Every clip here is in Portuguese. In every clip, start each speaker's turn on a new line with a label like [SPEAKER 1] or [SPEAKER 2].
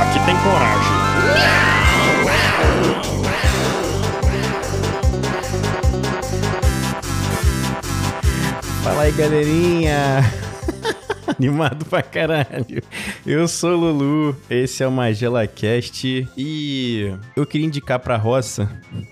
[SPEAKER 1] Aqui tem coragem.
[SPEAKER 2] Fala aí, galerinha! Animado pra caralho. Eu sou o Lulu, esse é o MagelaCast e eu queria indicar pra roça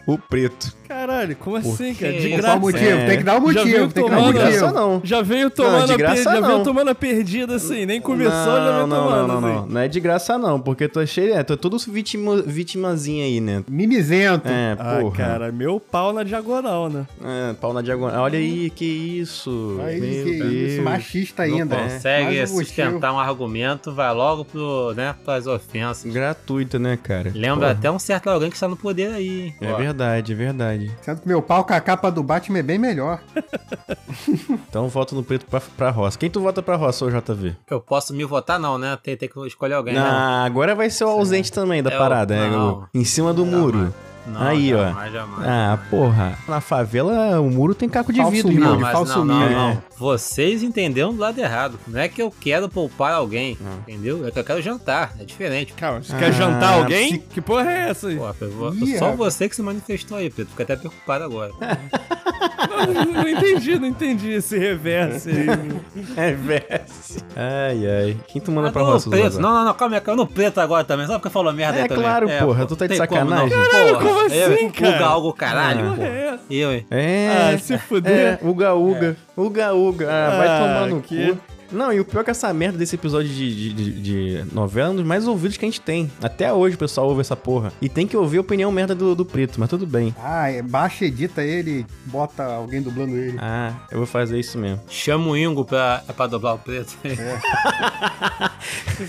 [SPEAKER 2] o preto.
[SPEAKER 3] Caralho, como assim, cara?
[SPEAKER 4] quê?
[SPEAKER 3] De
[SPEAKER 4] Qual
[SPEAKER 3] graça.
[SPEAKER 4] o motivo?
[SPEAKER 2] É.
[SPEAKER 4] Tem que dar o
[SPEAKER 3] Já
[SPEAKER 4] motivo,
[SPEAKER 3] veio
[SPEAKER 4] tem que dar o
[SPEAKER 3] tomando-
[SPEAKER 2] de graça
[SPEAKER 4] motivo.
[SPEAKER 2] não.
[SPEAKER 3] Já veio tomando,
[SPEAKER 2] de
[SPEAKER 3] a per-
[SPEAKER 2] graça,
[SPEAKER 3] já
[SPEAKER 2] não.
[SPEAKER 3] veio tomando a perdida assim, nem começou, já veio
[SPEAKER 2] não, não,
[SPEAKER 3] tomando
[SPEAKER 2] não, não,
[SPEAKER 3] assim.
[SPEAKER 2] não. Não é de graça não, porque tu achei, é, tu é todo vítima, vitimazinha aí, né?
[SPEAKER 4] Mimizento.
[SPEAKER 2] É,
[SPEAKER 3] Ah,
[SPEAKER 2] porra.
[SPEAKER 3] cara, meu pau na diagonal, né?
[SPEAKER 2] É, pau na diagonal. Olha aí, que isso.
[SPEAKER 4] Aí,
[SPEAKER 2] Meu
[SPEAKER 4] que isso,
[SPEAKER 2] Deus.
[SPEAKER 4] machista ainda.
[SPEAKER 5] Consegue
[SPEAKER 4] Mais um motivo.
[SPEAKER 5] sustentar um argumento, vai logo pro, né, pras ofensas.
[SPEAKER 2] Gratuita, né, cara?
[SPEAKER 5] Lembra
[SPEAKER 2] Porra.
[SPEAKER 5] até um certo alguém que está no poder aí, hein?
[SPEAKER 2] É
[SPEAKER 5] Ó,
[SPEAKER 2] verdade, é verdade.
[SPEAKER 4] Sendo que meu pau com a capa do Batman é bem melhor.
[SPEAKER 2] Então voto no preto pra, pra roça. Quem tu vota pra roça, ô JV?
[SPEAKER 5] Eu posso me votar, não, né? Tem, tem que escolher alguém, né?
[SPEAKER 2] Ah, agora vai ser o ausente também da
[SPEAKER 5] É o-
[SPEAKER 2] parada, né?
[SPEAKER 5] não.
[SPEAKER 2] o- Em cima do muro.
[SPEAKER 5] Não,
[SPEAKER 2] Aí, ó.
[SPEAKER 5] jamais, Jamais,
[SPEAKER 2] Ah, porra. Na favela, o muro tem caco de
[SPEAKER 4] Falso
[SPEAKER 2] vidro,
[SPEAKER 4] muro.
[SPEAKER 5] Não,
[SPEAKER 2] irmão.
[SPEAKER 5] mas
[SPEAKER 4] falso
[SPEAKER 5] não, não,
[SPEAKER 2] humilde.
[SPEAKER 5] não. Vocês entenderam do lado errado. Não é que eu quero poupar alguém, entendeu? É que eu quero jantar. É diferente.
[SPEAKER 3] Calma, você
[SPEAKER 2] Ah,
[SPEAKER 3] quer jantar alguém? Que porra é essa aí?
[SPEAKER 5] Pô, eu vou-
[SPEAKER 4] Ih,
[SPEAKER 5] só
[SPEAKER 4] rapaz.
[SPEAKER 5] você que se manifestou aí, Pedro. Fiquei até preocupado agora.
[SPEAKER 3] Não, não entendi, não entendi esse reverso aí.
[SPEAKER 2] É, verse. Ai, ai. Quem tu manda
[SPEAKER 5] Ah,
[SPEAKER 2] pra
[SPEAKER 5] no
[SPEAKER 2] roça,
[SPEAKER 5] preto.
[SPEAKER 2] Zaza?
[SPEAKER 5] Não, não, não, calma aí, calma. No preto agora também, só porque falou merda
[SPEAKER 2] É
[SPEAKER 5] aí também.
[SPEAKER 2] claro, porra,
[SPEAKER 5] pô,
[SPEAKER 2] tu tá de
[SPEAKER 5] tem como não.
[SPEAKER 2] sacanagem.
[SPEAKER 5] Porra,
[SPEAKER 3] como assim,
[SPEAKER 5] eu-
[SPEAKER 3] cara?
[SPEAKER 5] O galgo, caralho,
[SPEAKER 2] Ah.
[SPEAKER 5] porra.
[SPEAKER 3] É essa?
[SPEAKER 5] Eu, hein?
[SPEAKER 2] É.
[SPEAKER 3] Ah, se fuder.
[SPEAKER 2] É, uga uga. Uga uga. Ah, vai
[SPEAKER 3] Ah,
[SPEAKER 2] tomar no
[SPEAKER 3] que-
[SPEAKER 2] cu. Não, e o pior é que essa merda desse episódio de, de, de- de novela é um dos mais ouvidos que a gente tem. Até hoje o pessoal ouve essa porra. E tem que ouvir a opinião merda do, do preto, mas tudo bem.
[SPEAKER 4] Ah, é, baixa, edita ele, bota alguém dublando ele.
[SPEAKER 2] Ah, eu vou fazer isso mesmo.
[SPEAKER 5] Chama o Ingo pra, é pra dobrar o preto.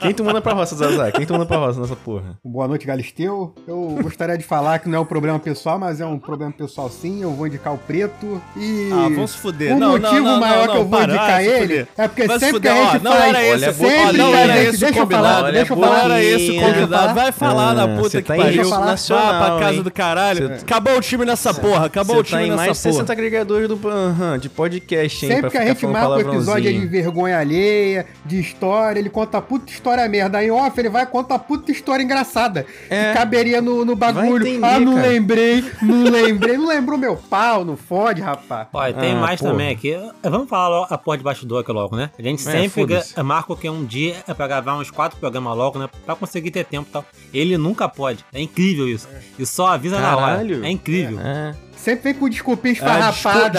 [SPEAKER 2] Quem tu manda pra roça, Zazá? Quem tu manda pra roça nessa porra?
[SPEAKER 4] Um Boa noite, Galisteu. Eu gostaria de falar que não é um problema pessoal, mas é um problema pessoal sim. Eu vou indicar o preto e.
[SPEAKER 3] Ah, vamos se fuder.
[SPEAKER 4] O
[SPEAKER 3] não,
[SPEAKER 4] motivo
[SPEAKER 3] não, não,
[SPEAKER 4] maior
[SPEAKER 3] não,
[SPEAKER 4] que eu
[SPEAKER 3] não,
[SPEAKER 4] vou
[SPEAKER 3] para, Ah,
[SPEAKER 4] indicar
[SPEAKER 3] vai se
[SPEAKER 4] ele
[SPEAKER 3] fuder.
[SPEAKER 4] é porque
[SPEAKER 3] Vai se
[SPEAKER 4] sempre que
[SPEAKER 3] fuder,
[SPEAKER 4] a gente
[SPEAKER 3] ó, não
[SPEAKER 4] faz.
[SPEAKER 3] era esse, é
[SPEAKER 2] Olha,
[SPEAKER 4] sempre
[SPEAKER 2] boa-
[SPEAKER 4] que
[SPEAKER 2] não
[SPEAKER 4] a
[SPEAKER 2] era
[SPEAKER 4] gente-
[SPEAKER 3] esse
[SPEAKER 4] deixa eu
[SPEAKER 3] combinado,
[SPEAKER 4] falar,
[SPEAKER 2] olha,
[SPEAKER 4] deixa eu
[SPEAKER 2] boa-
[SPEAKER 4] falar.
[SPEAKER 3] Para esse
[SPEAKER 2] Bolinha.
[SPEAKER 3] convidado, vai falar na
[SPEAKER 2] Ah,
[SPEAKER 3] puta
[SPEAKER 2] você
[SPEAKER 3] que
[SPEAKER 2] tá em
[SPEAKER 3] pariu.
[SPEAKER 2] risco
[SPEAKER 3] Vá
[SPEAKER 2] nacional,
[SPEAKER 3] pra casa
[SPEAKER 2] hein?
[SPEAKER 3] do caralho.
[SPEAKER 2] Você-
[SPEAKER 3] Acabou o time nessa porra, acabou o
[SPEAKER 2] Você
[SPEAKER 3] time
[SPEAKER 2] tá em mais de
[SPEAKER 3] nessa
[SPEAKER 2] 60
[SPEAKER 3] porra.
[SPEAKER 2] agregadores do, aham, de podcast, hein? pra
[SPEAKER 4] Sempre que a
[SPEAKER 2] ficar
[SPEAKER 4] gente
[SPEAKER 2] falando
[SPEAKER 4] marca um episódio
[SPEAKER 2] palavrãozinho.
[SPEAKER 4] de vergonha alheia, de história, ele conta puta história merda. Aí, off, ele vai contar puta história engraçada.
[SPEAKER 2] É.
[SPEAKER 4] Que caberia no, no bagulho.
[SPEAKER 2] Vai entender,
[SPEAKER 4] ah, não
[SPEAKER 2] cara.
[SPEAKER 4] lembrei, não lembrei. não lembrou meu pau, não fode, rapá.
[SPEAKER 5] Olha, tem
[SPEAKER 2] Ah,
[SPEAKER 5] mais
[SPEAKER 2] porra.
[SPEAKER 5] também aqui. É, Vamos falar logo a porra de bastidor aqui logo, né? A gente sempre gra-
[SPEAKER 2] É, foda-se.
[SPEAKER 5] marca que um dia é pra gravar uns quatro programas logo, né? Pra conseguir ter tempo e tal. Ele nunca pode. É incrível isso. E só avisa na
[SPEAKER 2] Caralho.
[SPEAKER 5] hora. É incrível.
[SPEAKER 2] É.
[SPEAKER 4] Sempre vem com desculpinha esfarrapada.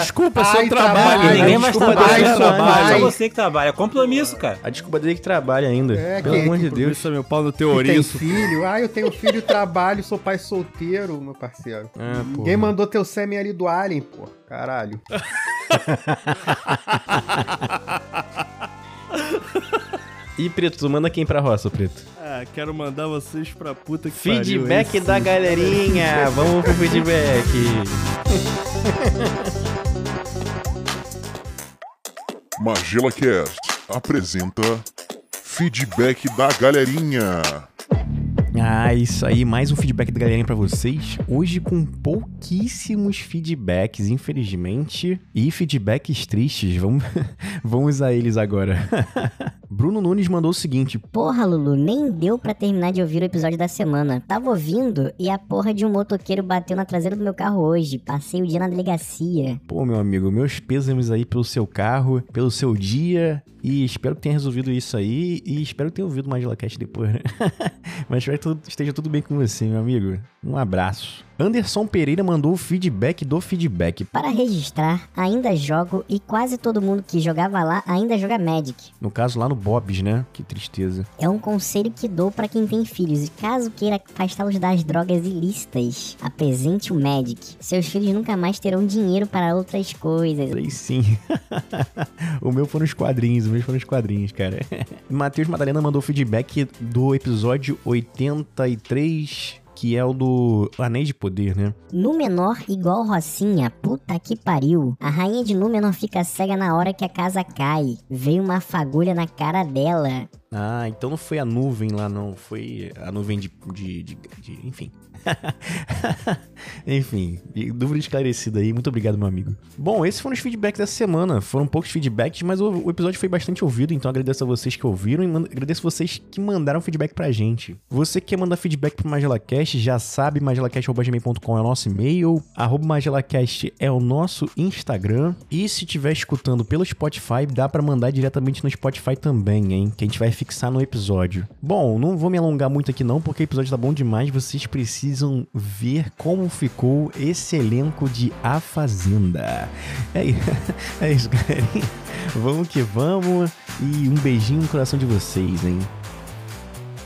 [SPEAKER 3] desculpa, desculpa,
[SPEAKER 4] Ai,
[SPEAKER 3] seu trabalho,
[SPEAKER 5] Ah, ninguém
[SPEAKER 3] Ah,
[SPEAKER 5] mais
[SPEAKER 2] É, desculpa,
[SPEAKER 5] trabalha,
[SPEAKER 2] deixa
[SPEAKER 5] só
[SPEAKER 2] eu trabalhar.
[SPEAKER 5] só você que trabalha. É compromisso, cara.
[SPEAKER 2] A desculpa dele é que trabalha ainda.
[SPEAKER 4] É,
[SPEAKER 2] Pelo
[SPEAKER 4] que-
[SPEAKER 2] amor
[SPEAKER 4] que
[SPEAKER 2] de Deus.
[SPEAKER 3] Isso, meu pau no teu
[SPEAKER 4] Que tem
[SPEAKER 3] ouriço.
[SPEAKER 4] filho. Ah, eu tenho filho, trabalho, sou pai solteiro, meu parceiro.
[SPEAKER 2] Ah, porra.
[SPEAKER 4] Ninguém mandou teu sêmen ali do Alien, pô. Caralho.
[SPEAKER 2] E Preto, tu manda quem pra roça, Preto?
[SPEAKER 3] Ah, quero mandar vocês pra puta que
[SPEAKER 2] Feedback
[SPEAKER 3] pariu.
[SPEAKER 2] da galerinha! Vamos pro feedback!
[SPEAKER 6] Magela Cast apresenta Feedback da Galerinha.
[SPEAKER 2] Ah, isso aí, mais um feedback da galerinha pra vocês. Hoje com pouquíssimos feedbacks, infelizmente. E feedbacks tristes, vamos, vamos a eles agora. Bruno Nunes mandou o seguinte:
[SPEAKER 7] Porra, Lulu, nem deu pra terminar de ouvir o episódio da semana. Tava ouvindo e a porra de um motoqueiro bateu na traseira do meu carro hoje. Passei o dia na delegacia.
[SPEAKER 2] Pô, meu amigo, meus pêsames aí pelo seu carro, pelo seu dia. E espero que tenha resolvido isso aí. E espero que tenha ouvido mais Lacast depois, né? Mas espero que tudo- esteja tudo bem com você, meu amigo. Um abraço. Anderson Pereira mandou o feedback do feedback.
[SPEAKER 7] Para registrar, ainda jogo e quase todo mundo que jogava lá ainda joga Magic.
[SPEAKER 2] No caso, lá no Bob's, né? Que tristeza.
[SPEAKER 7] É um conselho que dou pra quem tem filhos e caso queira afastá-los das drogas ilícitas, apresente o Magic. Seus filhos nunca mais terão dinheiro para outras coisas.
[SPEAKER 2] Aí sim. o meu foi nos quadrinhos, o meu foi nos quadrinhos, cara. Matheus Madalena mandou feedback do episódio 83, que é o do Anéis de Poder, né?
[SPEAKER 7] Númenor igual Rocinha, puta que pariu. A rainha de Númenor fica cega na hora que a casa cai. Veio uma fagulha na cara dela.
[SPEAKER 2] Ah, então não foi a nuvem lá, não. Foi a nuvem de. de, de- de- enfim. enfim, e dúvida esclarecida aí. Muito obrigado, meu amigo. Bom, esses foram os feedbacks dessa semana. Foram poucos feedbacks, mas o, o episódio foi bastante ouvido, então agradeço a vocês que ouviram e mand- agradeço vocês que mandaram feedback pra gente. Você que quer mandar feedback pro MagelaCast, já sabe, magelacast.gmail.com é o nosso e-mail, arroba magelacast é o nosso Instagram. E se estiver escutando pelo Spotify, dá pra mandar diretamente no Spotify também, hein? Que a gente vai fixar no episódio. Bom, não vou me alongar muito aqui não, porque o episódio tá bom demais. Vocês precisam ver como ficou esse elenco de A Fazenda. É, i- é isso, galerinha. Vamos que vamos. E um beijinho no coração de vocês, hein?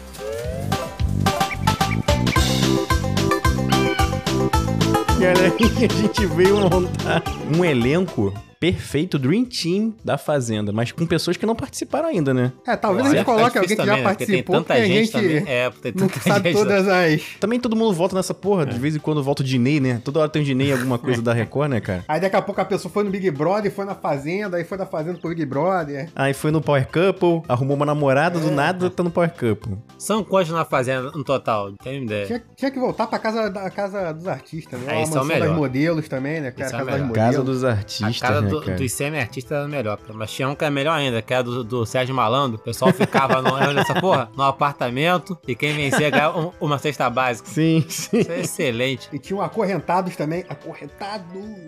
[SPEAKER 2] Galerinha, a gente veio montar um elenco perfeito Dream Team da Fazenda, mas com pessoas que não participaram ainda, né?
[SPEAKER 4] É, talvez a
[SPEAKER 5] Olha,
[SPEAKER 4] gente
[SPEAKER 5] fica
[SPEAKER 4] coloque alguém
[SPEAKER 5] difícil
[SPEAKER 4] que já
[SPEAKER 5] também, né? Porque
[SPEAKER 4] participou,
[SPEAKER 5] Tem
[SPEAKER 4] porque
[SPEAKER 5] tanta
[SPEAKER 4] a
[SPEAKER 5] gente,
[SPEAKER 4] gente
[SPEAKER 5] também. É, tem
[SPEAKER 4] não
[SPEAKER 5] tanta
[SPEAKER 4] sabe
[SPEAKER 5] gente.
[SPEAKER 4] todas as...
[SPEAKER 2] Também todo mundo volta nessa porra.
[SPEAKER 3] É.
[SPEAKER 2] De vez em quando volta o Dinei, né? Toda hora tem o Dinei em alguma coisa da Record, né, cara?
[SPEAKER 4] Aí daqui a pouco a pessoa foi no Big Brother, foi na Fazenda, aí foi da Fazenda pro Big Brother. é.
[SPEAKER 2] Aí foi no Power Couple, arrumou uma namorada,
[SPEAKER 5] É,
[SPEAKER 2] do nada tá no Power Couple.
[SPEAKER 5] São quantos um na fazenda no total? Tem ideia?
[SPEAKER 4] Tinha, tinha que voltar pra casa, da casa dos artistas, né?
[SPEAKER 5] É,
[SPEAKER 4] Lá, a
[SPEAKER 5] isso é o
[SPEAKER 4] mansão das
[SPEAKER 5] melhor.
[SPEAKER 4] modelos também, né? Que era
[SPEAKER 5] Isso é
[SPEAKER 4] a
[SPEAKER 5] o
[SPEAKER 4] casa das
[SPEAKER 5] melhor.
[SPEAKER 4] modelos.
[SPEAKER 2] Casa dos
[SPEAKER 5] A
[SPEAKER 2] artistas,
[SPEAKER 5] cara
[SPEAKER 2] né,
[SPEAKER 5] do,
[SPEAKER 2] cara?
[SPEAKER 5] dos semi-artistas era melhor. Mas tinha um que era melhor ainda, que era do, do Sérgio Malandro. O pessoal ficava no, olha essa porra, no apartamento e quem vencia ganhava um- uma cesta básica.
[SPEAKER 2] Sim, sim.
[SPEAKER 5] Isso é excelente.
[SPEAKER 4] E tinha o Acorrentados também. Acorrentados!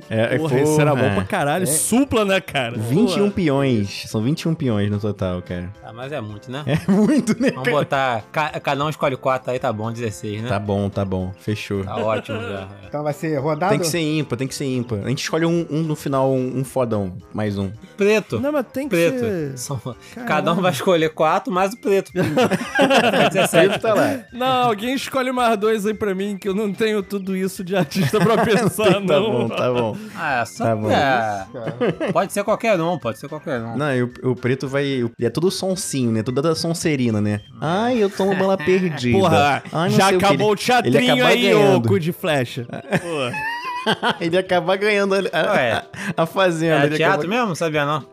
[SPEAKER 2] É,
[SPEAKER 3] Porra, isso era bom pra caralho.
[SPEAKER 4] É. um.
[SPEAKER 3] Supla na cara.
[SPEAKER 2] 21
[SPEAKER 3] Porra.
[SPEAKER 2] peões. São 21 peões no total, cara.
[SPEAKER 5] Ah, mas é muito, né?
[SPEAKER 2] É muito, né,
[SPEAKER 5] Vamos
[SPEAKER 2] cara?
[SPEAKER 5] botar. ca- Cada um escolhe quatro aí, tá bom, 16, né?
[SPEAKER 2] Tá
[SPEAKER 5] Tá,
[SPEAKER 2] bom, tá bom. Fechou.
[SPEAKER 5] ótimo já.
[SPEAKER 4] Então vai ser rodado.
[SPEAKER 2] Tem que ser ímpar, tem que ser ímpar. A gente escolhe um, um no final, um, um fodão. Mais um.
[SPEAKER 5] Preto.
[SPEAKER 3] Não, mas tem que
[SPEAKER 5] Preto.
[SPEAKER 3] ser...
[SPEAKER 5] São-
[SPEAKER 3] Caralho.
[SPEAKER 5] Cada um vai escolher quatro, mais o preto. Vai assim, 17.
[SPEAKER 2] Tá lá.
[SPEAKER 3] Não, alguém escolhe mais dois aí pra mim, que eu não tenho tudo isso de artista pra pensar,
[SPEAKER 2] tá
[SPEAKER 3] não.
[SPEAKER 2] bom, tá bom.
[SPEAKER 5] Ah, só
[SPEAKER 2] Tá bom.
[SPEAKER 5] é.
[SPEAKER 4] Cara,
[SPEAKER 5] Pode ser qualquer um, pode ser qualquer um.
[SPEAKER 2] Não, e o, o preto vai. e É todo sonsinho, né? Toda da sonserina, né? Ai, eu tô uma bala perdida.
[SPEAKER 3] Porra,
[SPEAKER 2] Ai, não
[SPEAKER 3] já
[SPEAKER 2] sei o quê.
[SPEAKER 3] acabou o
[SPEAKER 2] Ele- ele
[SPEAKER 3] teatrinho
[SPEAKER 2] acaba
[SPEAKER 3] aí, ô
[SPEAKER 2] ganhando. É.
[SPEAKER 3] cu de flecha. Porra.
[SPEAKER 2] Ele acaba ganhando a, a-
[SPEAKER 5] Ué.
[SPEAKER 2] a fazenda.
[SPEAKER 5] É
[SPEAKER 2] ele,
[SPEAKER 5] teatro
[SPEAKER 2] acaba,
[SPEAKER 5] mesmo? Sabia não?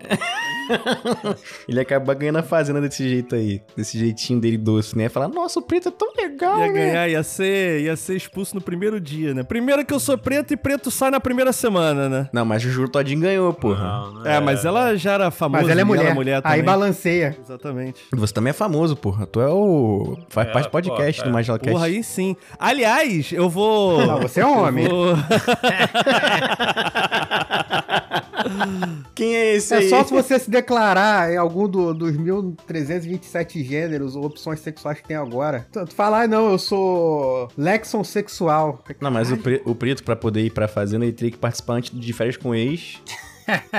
[SPEAKER 2] ele acaba ganhando a fazenda desse jeito aí. Desse jeitinho dele doce, né? Falar, nossa, o preto é tão legal,
[SPEAKER 3] Ia
[SPEAKER 2] né?
[SPEAKER 3] ganhar, ia ser, ia ser expulso no primeiro dia, né? Primeiro que eu sou preto e preto sai na primeira semana, né?
[SPEAKER 2] Não, mas o Juro Todinho ganhou, porra.
[SPEAKER 5] Não, não
[SPEAKER 3] É, mas ela já era famosa.
[SPEAKER 2] né?
[SPEAKER 4] Mas ela é
[SPEAKER 3] e
[SPEAKER 4] mulher.
[SPEAKER 3] também.
[SPEAKER 4] Aí balanceia.
[SPEAKER 3] Exatamente.
[SPEAKER 2] Você também é famoso, porra. Tu é o. Faz
[SPEAKER 5] É,
[SPEAKER 2] parte do um podcast
[SPEAKER 5] pô,
[SPEAKER 2] do
[SPEAKER 5] é.
[SPEAKER 2] Magela
[SPEAKER 3] Porra, aí sim. Aliás, eu vou...
[SPEAKER 4] Não, você é homem.
[SPEAKER 3] vou-
[SPEAKER 2] Quem é esse
[SPEAKER 4] É
[SPEAKER 2] aí?
[SPEAKER 4] só se você se declarar em algum do- dos 1.327 gêneros ou opções sexuais que tem agora. Tu, tu fala, ah, não, eu sou Lexon sexual.
[SPEAKER 2] Não, mas o, pre- o Preto, pra poder ir pra fazenda, ele teria que participar antes de férias com o ex.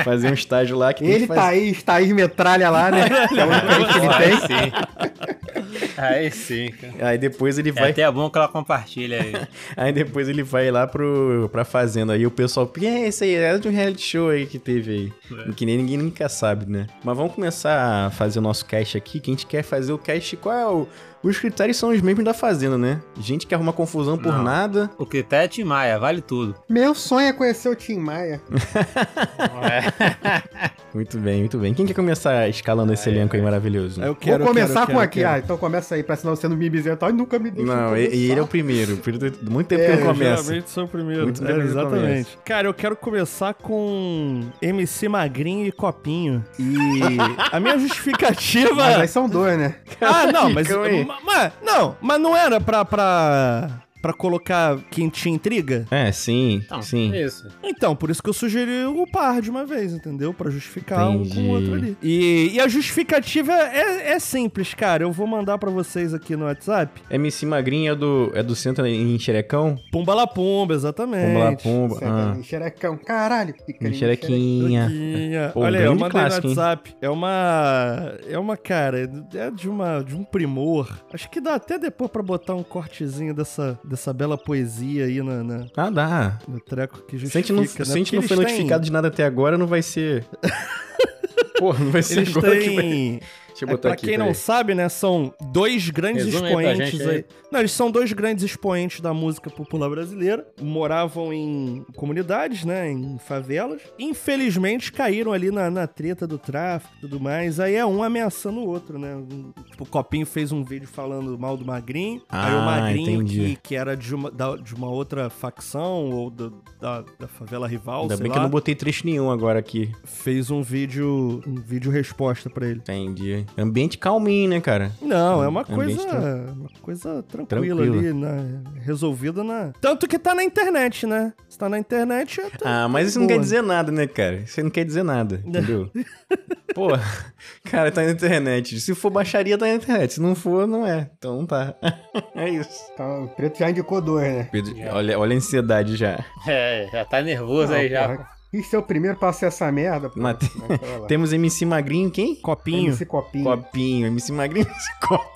[SPEAKER 2] fazer um estágio lá que tem
[SPEAKER 4] Ele
[SPEAKER 2] que fazer.
[SPEAKER 4] tá aí, está aí metralha lá, né? Que é o único que ele tem.
[SPEAKER 5] sim. Aí sim, cara.
[SPEAKER 2] Aí depois ele
[SPEAKER 5] É
[SPEAKER 2] vai.
[SPEAKER 5] até bom que ela compartilha aí.
[SPEAKER 2] Aí depois ele vai lá pro, pra fazenda. Aí o pessoal, quem é esse aí? É de um reality show aí que teve
[SPEAKER 4] É.
[SPEAKER 2] aí. Que nem ninguém nunca sabe, né? Mas vamos começar a fazer o nosso cast aqui, que a gente quer fazer o cast. Qual é o. Os critérios são os mesmos da fazenda, né? Gente que arruma confusão por
[SPEAKER 5] Não.
[SPEAKER 2] nada.
[SPEAKER 5] O critério é Tim Maia, vale tudo.
[SPEAKER 4] Meu sonho é conhecer o Tim Maia.
[SPEAKER 5] É.
[SPEAKER 2] Muito bem, muito bem. Quem quer começar escalando
[SPEAKER 4] É.
[SPEAKER 2] esse elenco aí maravilhoso?
[SPEAKER 3] Eu quero,
[SPEAKER 4] Vou começar
[SPEAKER 3] quero,
[SPEAKER 4] com
[SPEAKER 3] quero,
[SPEAKER 4] aqui.
[SPEAKER 3] quero.
[SPEAKER 4] Ah, então começa aí, pra senão você não me isenta. Ai, nunca me deixa.
[SPEAKER 2] Não, e,
[SPEAKER 4] começar.
[SPEAKER 2] e ele é o primeiro. O Preto- Muito tempo
[SPEAKER 4] É,
[SPEAKER 2] que ele
[SPEAKER 4] eu
[SPEAKER 3] Eu
[SPEAKER 2] começa.
[SPEAKER 3] Geralmente sou o primeiro.
[SPEAKER 2] Muito
[SPEAKER 3] É,
[SPEAKER 2] bem, eu começo.
[SPEAKER 3] exatamente. Cara, eu quero começar com MC Magrinho e Copinho. E a minha
[SPEAKER 4] Mas aí
[SPEAKER 3] justificativa.
[SPEAKER 4] são dois, né?
[SPEAKER 3] ah, não, mas,
[SPEAKER 2] Calma aí.
[SPEAKER 3] ma- ma- Não, mas não era pra. pra... Pra colocar quem te intriga?
[SPEAKER 2] É, sim,
[SPEAKER 5] Não,
[SPEAKER 2] sim.
[SPEAKER 5] é Isso.
[SPEAKER 3] Então, por isso que eu sugeri o par de uma vez, entendeu? Pra justificar um com
[SPEAKER 2] Entendi.
[SPEAKER 3] o outro ali. E, e a justificativa é, é simples, cara. Eu vou mandar pra vocês aqui no WhatsApp.
[SPEAKER 2] MC Magrinho é do, é do centro em Xerecão?
[SPEAKER 3] Pumba la pumba, exatamente.
[SPEAKER 2] Pumba lá, pumba.
[SPEAKER 4] Senta
[SPEAKER 2] Ah,
[SPEAKER 4] ali, é Xerecão. Caralho. fica ali,
[SPEAKER 2] xerequinha.
[SPEAKER 3] Luquinha.
[SPEAKER 2] Pô, um
[SPEAKER 3] Olha aí, eu
[SPEAKER 2] grande
[SPEAKER 3] mandei
[SPEAKER 2] clássico,
[SPEAKER 3] no
[SPEAKER 2] hein?
[SPEAKER 3] WhatsApp. É uma. É uma, cara, é de, uma, de um primor. Acho que dá até depois pra botar um cortezinho dessa, dessa bela poesia aí na, na-
[SPEAKER 2] Ah, dá.
[SPEAKER 3] no treco que
[SPEAKER 2] Se a
[SPEAKER 3] justifica.
[SPEAKER 2] gente não,
[SPEAKER 3] né?
[SPEAKER 2] se a gente
[SPEAKER 3] Porque
[SPEAKER 2] não foi
[SPEAKER 3] eles têm-
[SPEAKER 2] notificado de nada até agora, não vai ser. Porra, não vai ser
[SPEAKER 3] Eles
[SPEAKER 2] agora que vai.
[SPEAKER 3] têm.
[SPEAKER 8] Deixa eu
[SPEAKER 3] É,
[SPEAKER 8] botar
[SPEAKER 3] pra
[SPEAKER 8] aqui.
[SPEAKER 3] quem não
[SPEAKER 8] peraí.
[SPEAKER 3] sabe, né, são dois grandes
[SPEAKER 8] Resume aí pra
[SPEAKER 3] expoentes
[SPEAKER 8] gente
[SPEAKER 3] aí.
[SPEAKER 8] aí.
[SPEAKER 3] Não, eles são dois grandes expoentes da música popular brasileira. Moravam em comunidades, né, em favelas. Infelizmente caíram ali na, na treta do tráfico e tudo mais. Aí é um ameaçando o outro, né? Um- Tipo, o Copinho fez um vídeo falando mal do Magrinho. aí o
[SPEAKER 2] Ah,
[SPEAKER 3] Magrinho,
[SPEAKER 2] entendi.
[SPEAKER 3] que, que era de uma, da- de uma outra facção ou do- da, da favela rival,
[SPEAKER 2] Ainda
[SPEAKER 3] sei
[SPEAKER 2] bem
[SPEAKER 3] lá,
[SPEAKER 2] que eu não botei trecho nenhum agora aqui.
[SPEAKER 3] fez um vídeo, um vídeo resposta pra ele.
[SPEAKER 2] Entendi. Ambiente calminho, né, cara?
[SPEAKER 3] Não, é uma
[SPEAKER 2] Ambiente
[SPEAKER 3] coisa, uma coisa tranquila,
[SPEAKER 2] Tranquilo.
[SPEAKER 3] ali, né? resolvida na. Tanto que tá na internet, né? Se tá na internet, é tá-
[SPEAKER 2] Ah, mas isso não
[SPEAKER 3] boa.
[SPEAKER 2] quer dizer nada, né, cara? Isso aí não quer dizer nada, entendeu? Pô, cara, tá na internet. Se for baixaria, tá na internet. Se não for, não é. Então não tá. É isso.
[SPEAKER 4] Então, o preto já indicou dois, né?
[SPEAKER 2] Pedro, olha, olha a ansiedade já.
[SPEAKER 5] É, já tá nervoso aí já.
[SPEAKER 4] Porra, Isso é o primeiro pra ser essa merda, pô.
[SPEAKER 2] Mas tem- um
[SPEAKER 4] Mas, sei lá.
[SPEAKER 2] temos MC Magrinho, quem?
[SPEAKER 3] copinho.
[SPEAKER 4] Esse copinho.
[SPEAKER 2] Copinho. MC Magrinho, esse copinho.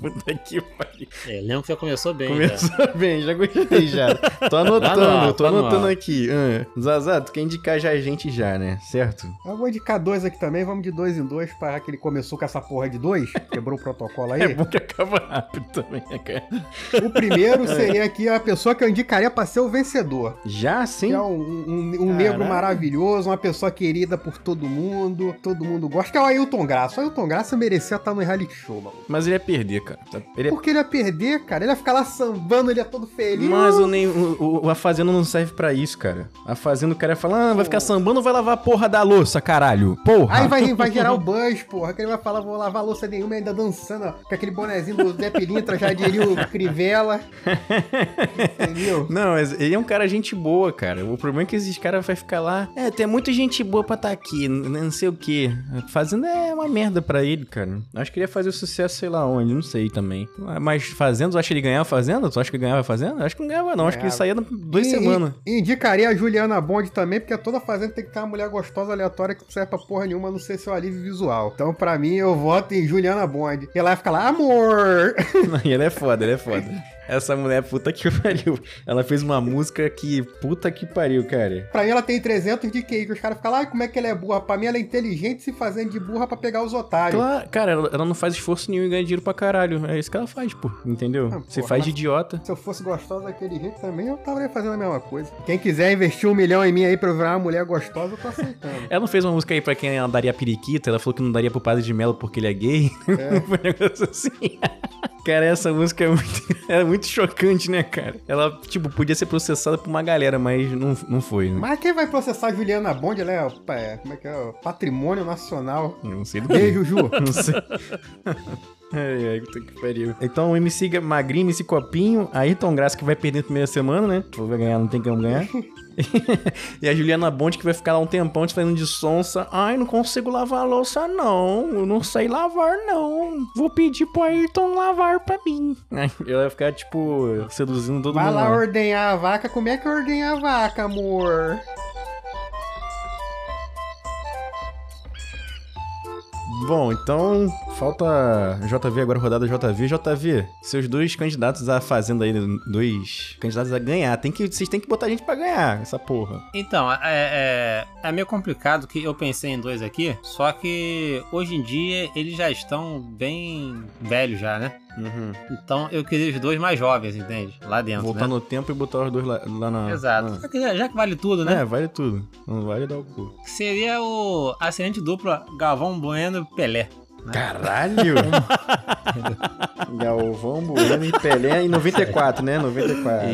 [SPEAKER 2] Puta que pariu.
[SPEAKER 5] É, lembro que já começou bem.
[SPEAKER 2] Começou bem, já gostei já. Tô anotando,
[SPEAKER 5] Tá no ar,
[SPEAKER 2] tô
[SPEAKER 5] tá no
[SPEAKER 2] anotando
[SPEAKER 5] ar.
[SPEAKER 2] aqui. Ah, Zazá, tu quer indicar já a gente já, né? Certo?
[SPEAKER 4] Eu vou indicar dois aqui também, vamos de dois em dois, para que ele começou com essa porra de dois, quebrou o protocolo aí.
[SPEAKER 2] É bom que acaba rápido também, né, cara?
[SPEAKER 4] O primeiro seria aqui a pessoa que eu indicaria pra ser o vencedor.
[SPEAKER 2] Já
[SPEAKER 4] Que
[SPEAKER 2] sim?
[SPEAKER 4] é um, um- um negro maravilhoso, uma pessoa querida por todo mundo, todo mundo gosta, que é o Ailton Graça. O Ailton Graça merecia estar no reality show, mano.
[SPEAKER 2] Mas ele ia perder, cara. Ele ia...
[SPEAKER 4] Porque ele ia perder, cara. Ele ia ficar lá sambando, ele ia todo feliz.
[SPEAKER 2] Mas o, nem, o, o- a fazenda não serve pra isso, cara. A fazenda o cara ia falar, ah, vai ficar sambando ou vai lavar a porra da louça, caralho? Porra!
[SPEAKER 4] Aí vai, vai gerar o buzz, porra, que ele vai falar, vou lavar louça nenhuma, ainda dançando, ó, com aquele bonezinho do Zé Pilintra, já diria o Crivella. Entendeu?
[SPEAKER 2] Não, mas ele é um cara gente boa, cara. O problema é que esses caras vão ficar lá. É, tem muita gente boa pra estar aqui, n- não sei o quê. A Fazenda é uma merda pra ele, cara. Acho que ele ia fazer sucesso, sei lá onde, não sei também. Mas Fazenda, tu acha que ele ganhava Fazenda? Tu acha que ele ganhava Fazenda? Acho que não ganhava, não. Acho que ele saía na- duas
[SPEAKER 4] É. E-
[SPEAKER 2] semanas.
[SPEAKER 4] e- indicaria a Juliana Bond também, porque toda fazenda tem que ter uma mulher gostosa aleatória que não serve pra porra nenhuma, a não ser seu alívio visual. Então, pra mim, eu voto em Juliana Bond. E ela vai ficar lá, amor!
[SPEAKER 2] Não, e ela é foda, ela é foda. Essa mulher, é puta que pariu. Ela fez uma música que puta que pariu, cara.
[SPEAKER 4] pra mim, ela tem 300 de QI, que os caras ficam lá, "Ai, como é que ela é burra? Pra mim, ela é inteligente se fazendo de burra pra pegar os otários.
[SPEAKER 2] Claro, cara, ela, ela não faz esforço nenhum e ganha dinheiro pra caralho. É isso que ela faz, pô. Entendeu?
[SPEAKER 4] Ah,
[SPEAKER 2] Você
[SPEAKER 4] porra,
[SPEAKER 2] faz de
[SPEAKER 4] mas-
[SPEAKER 2] idiota.
[SPEAKER 4] Se eu fosse gostosa daquele jeito também, eu tava fazendo a mesma coisa. Quem quiser investir um milhão em mim aí pra eu virar uma mulher gostosa, eu tô aceitando.
[SPEAKER 2] Ela não fez uma música aí pra quem ela daria periquita, ela falou que não daria pro padre de Melo porque ele é gay. Foi um negócio assim. Cara, essa música é muito, era muito chocante, né, cara? Ela, tipo, podia ser processada por uma galera, mas não, não foi, né?
[SPEAKER 4] Mas quem vai processar a Juliana Bond, ela é, o- é, como é que é, o patrimônio nacional.
[SPEAKER 2] Eu Não sei do que.
[SPEAKER 4] Beijo, Ju.
[SPEAKER 2] Não sei. Ai, ai, puta que pariu. Então, MC Magrinho, MC Copinho, Ayrton Graça que vai perder na primeira semana, né? Pô, vai ganhar, não tem como ganhar. e a Juliana Bonte que vai ficar lá um tempão te fazendo de sonsa. Ai, não consigo lavar a louça, não. Eu não sei lavar, não. Vou pedir pro Ayrton lavar pra mim. Ai, Ela vai ficar, tipo, seduzindo todo
[SPEAKER 4] Vai
[SPEAKER 2] mundo. né?
[SPEAKER 4] lá ordenhar a vaca. Como é que eu ordenho a vaca, amor?
[SPEAKER 2] Bom, então falta JV agora rodada JV. JV, seus dois candidatos à fazenda aí, dois candidatos a ganhar. Tem que, vocês têm que botar gente pra ganhar essa porra.
[SPEAKER 5] Então, é, é, é meio complicado que eu pensei em dois aqui, só que hoje em dia eles já estão bem velhos já, né?
[SPEAKER 2] Uhum.
[SPEAKER 5] Então eu queria os dois mais jovens, entende? Lá dentro, né?
[SPEAKER 2] Voltar no tempo e botar os dois lá, lá na.
[SPEAKER 5] Exato.
[SPEAKER 2] na-
[SPEAKER 5] Só que Já, já que vale tudo, né?
[SPEAKER 2] É, vale tudo. Não vale dar o cu.
[SPEAKER 5] Que Seria o acidente dupla Galvão Bueno e Pelé.
[SPEAKER 2] Né? Caralho! Galvão Bueno e Pelé em 94, né? 94.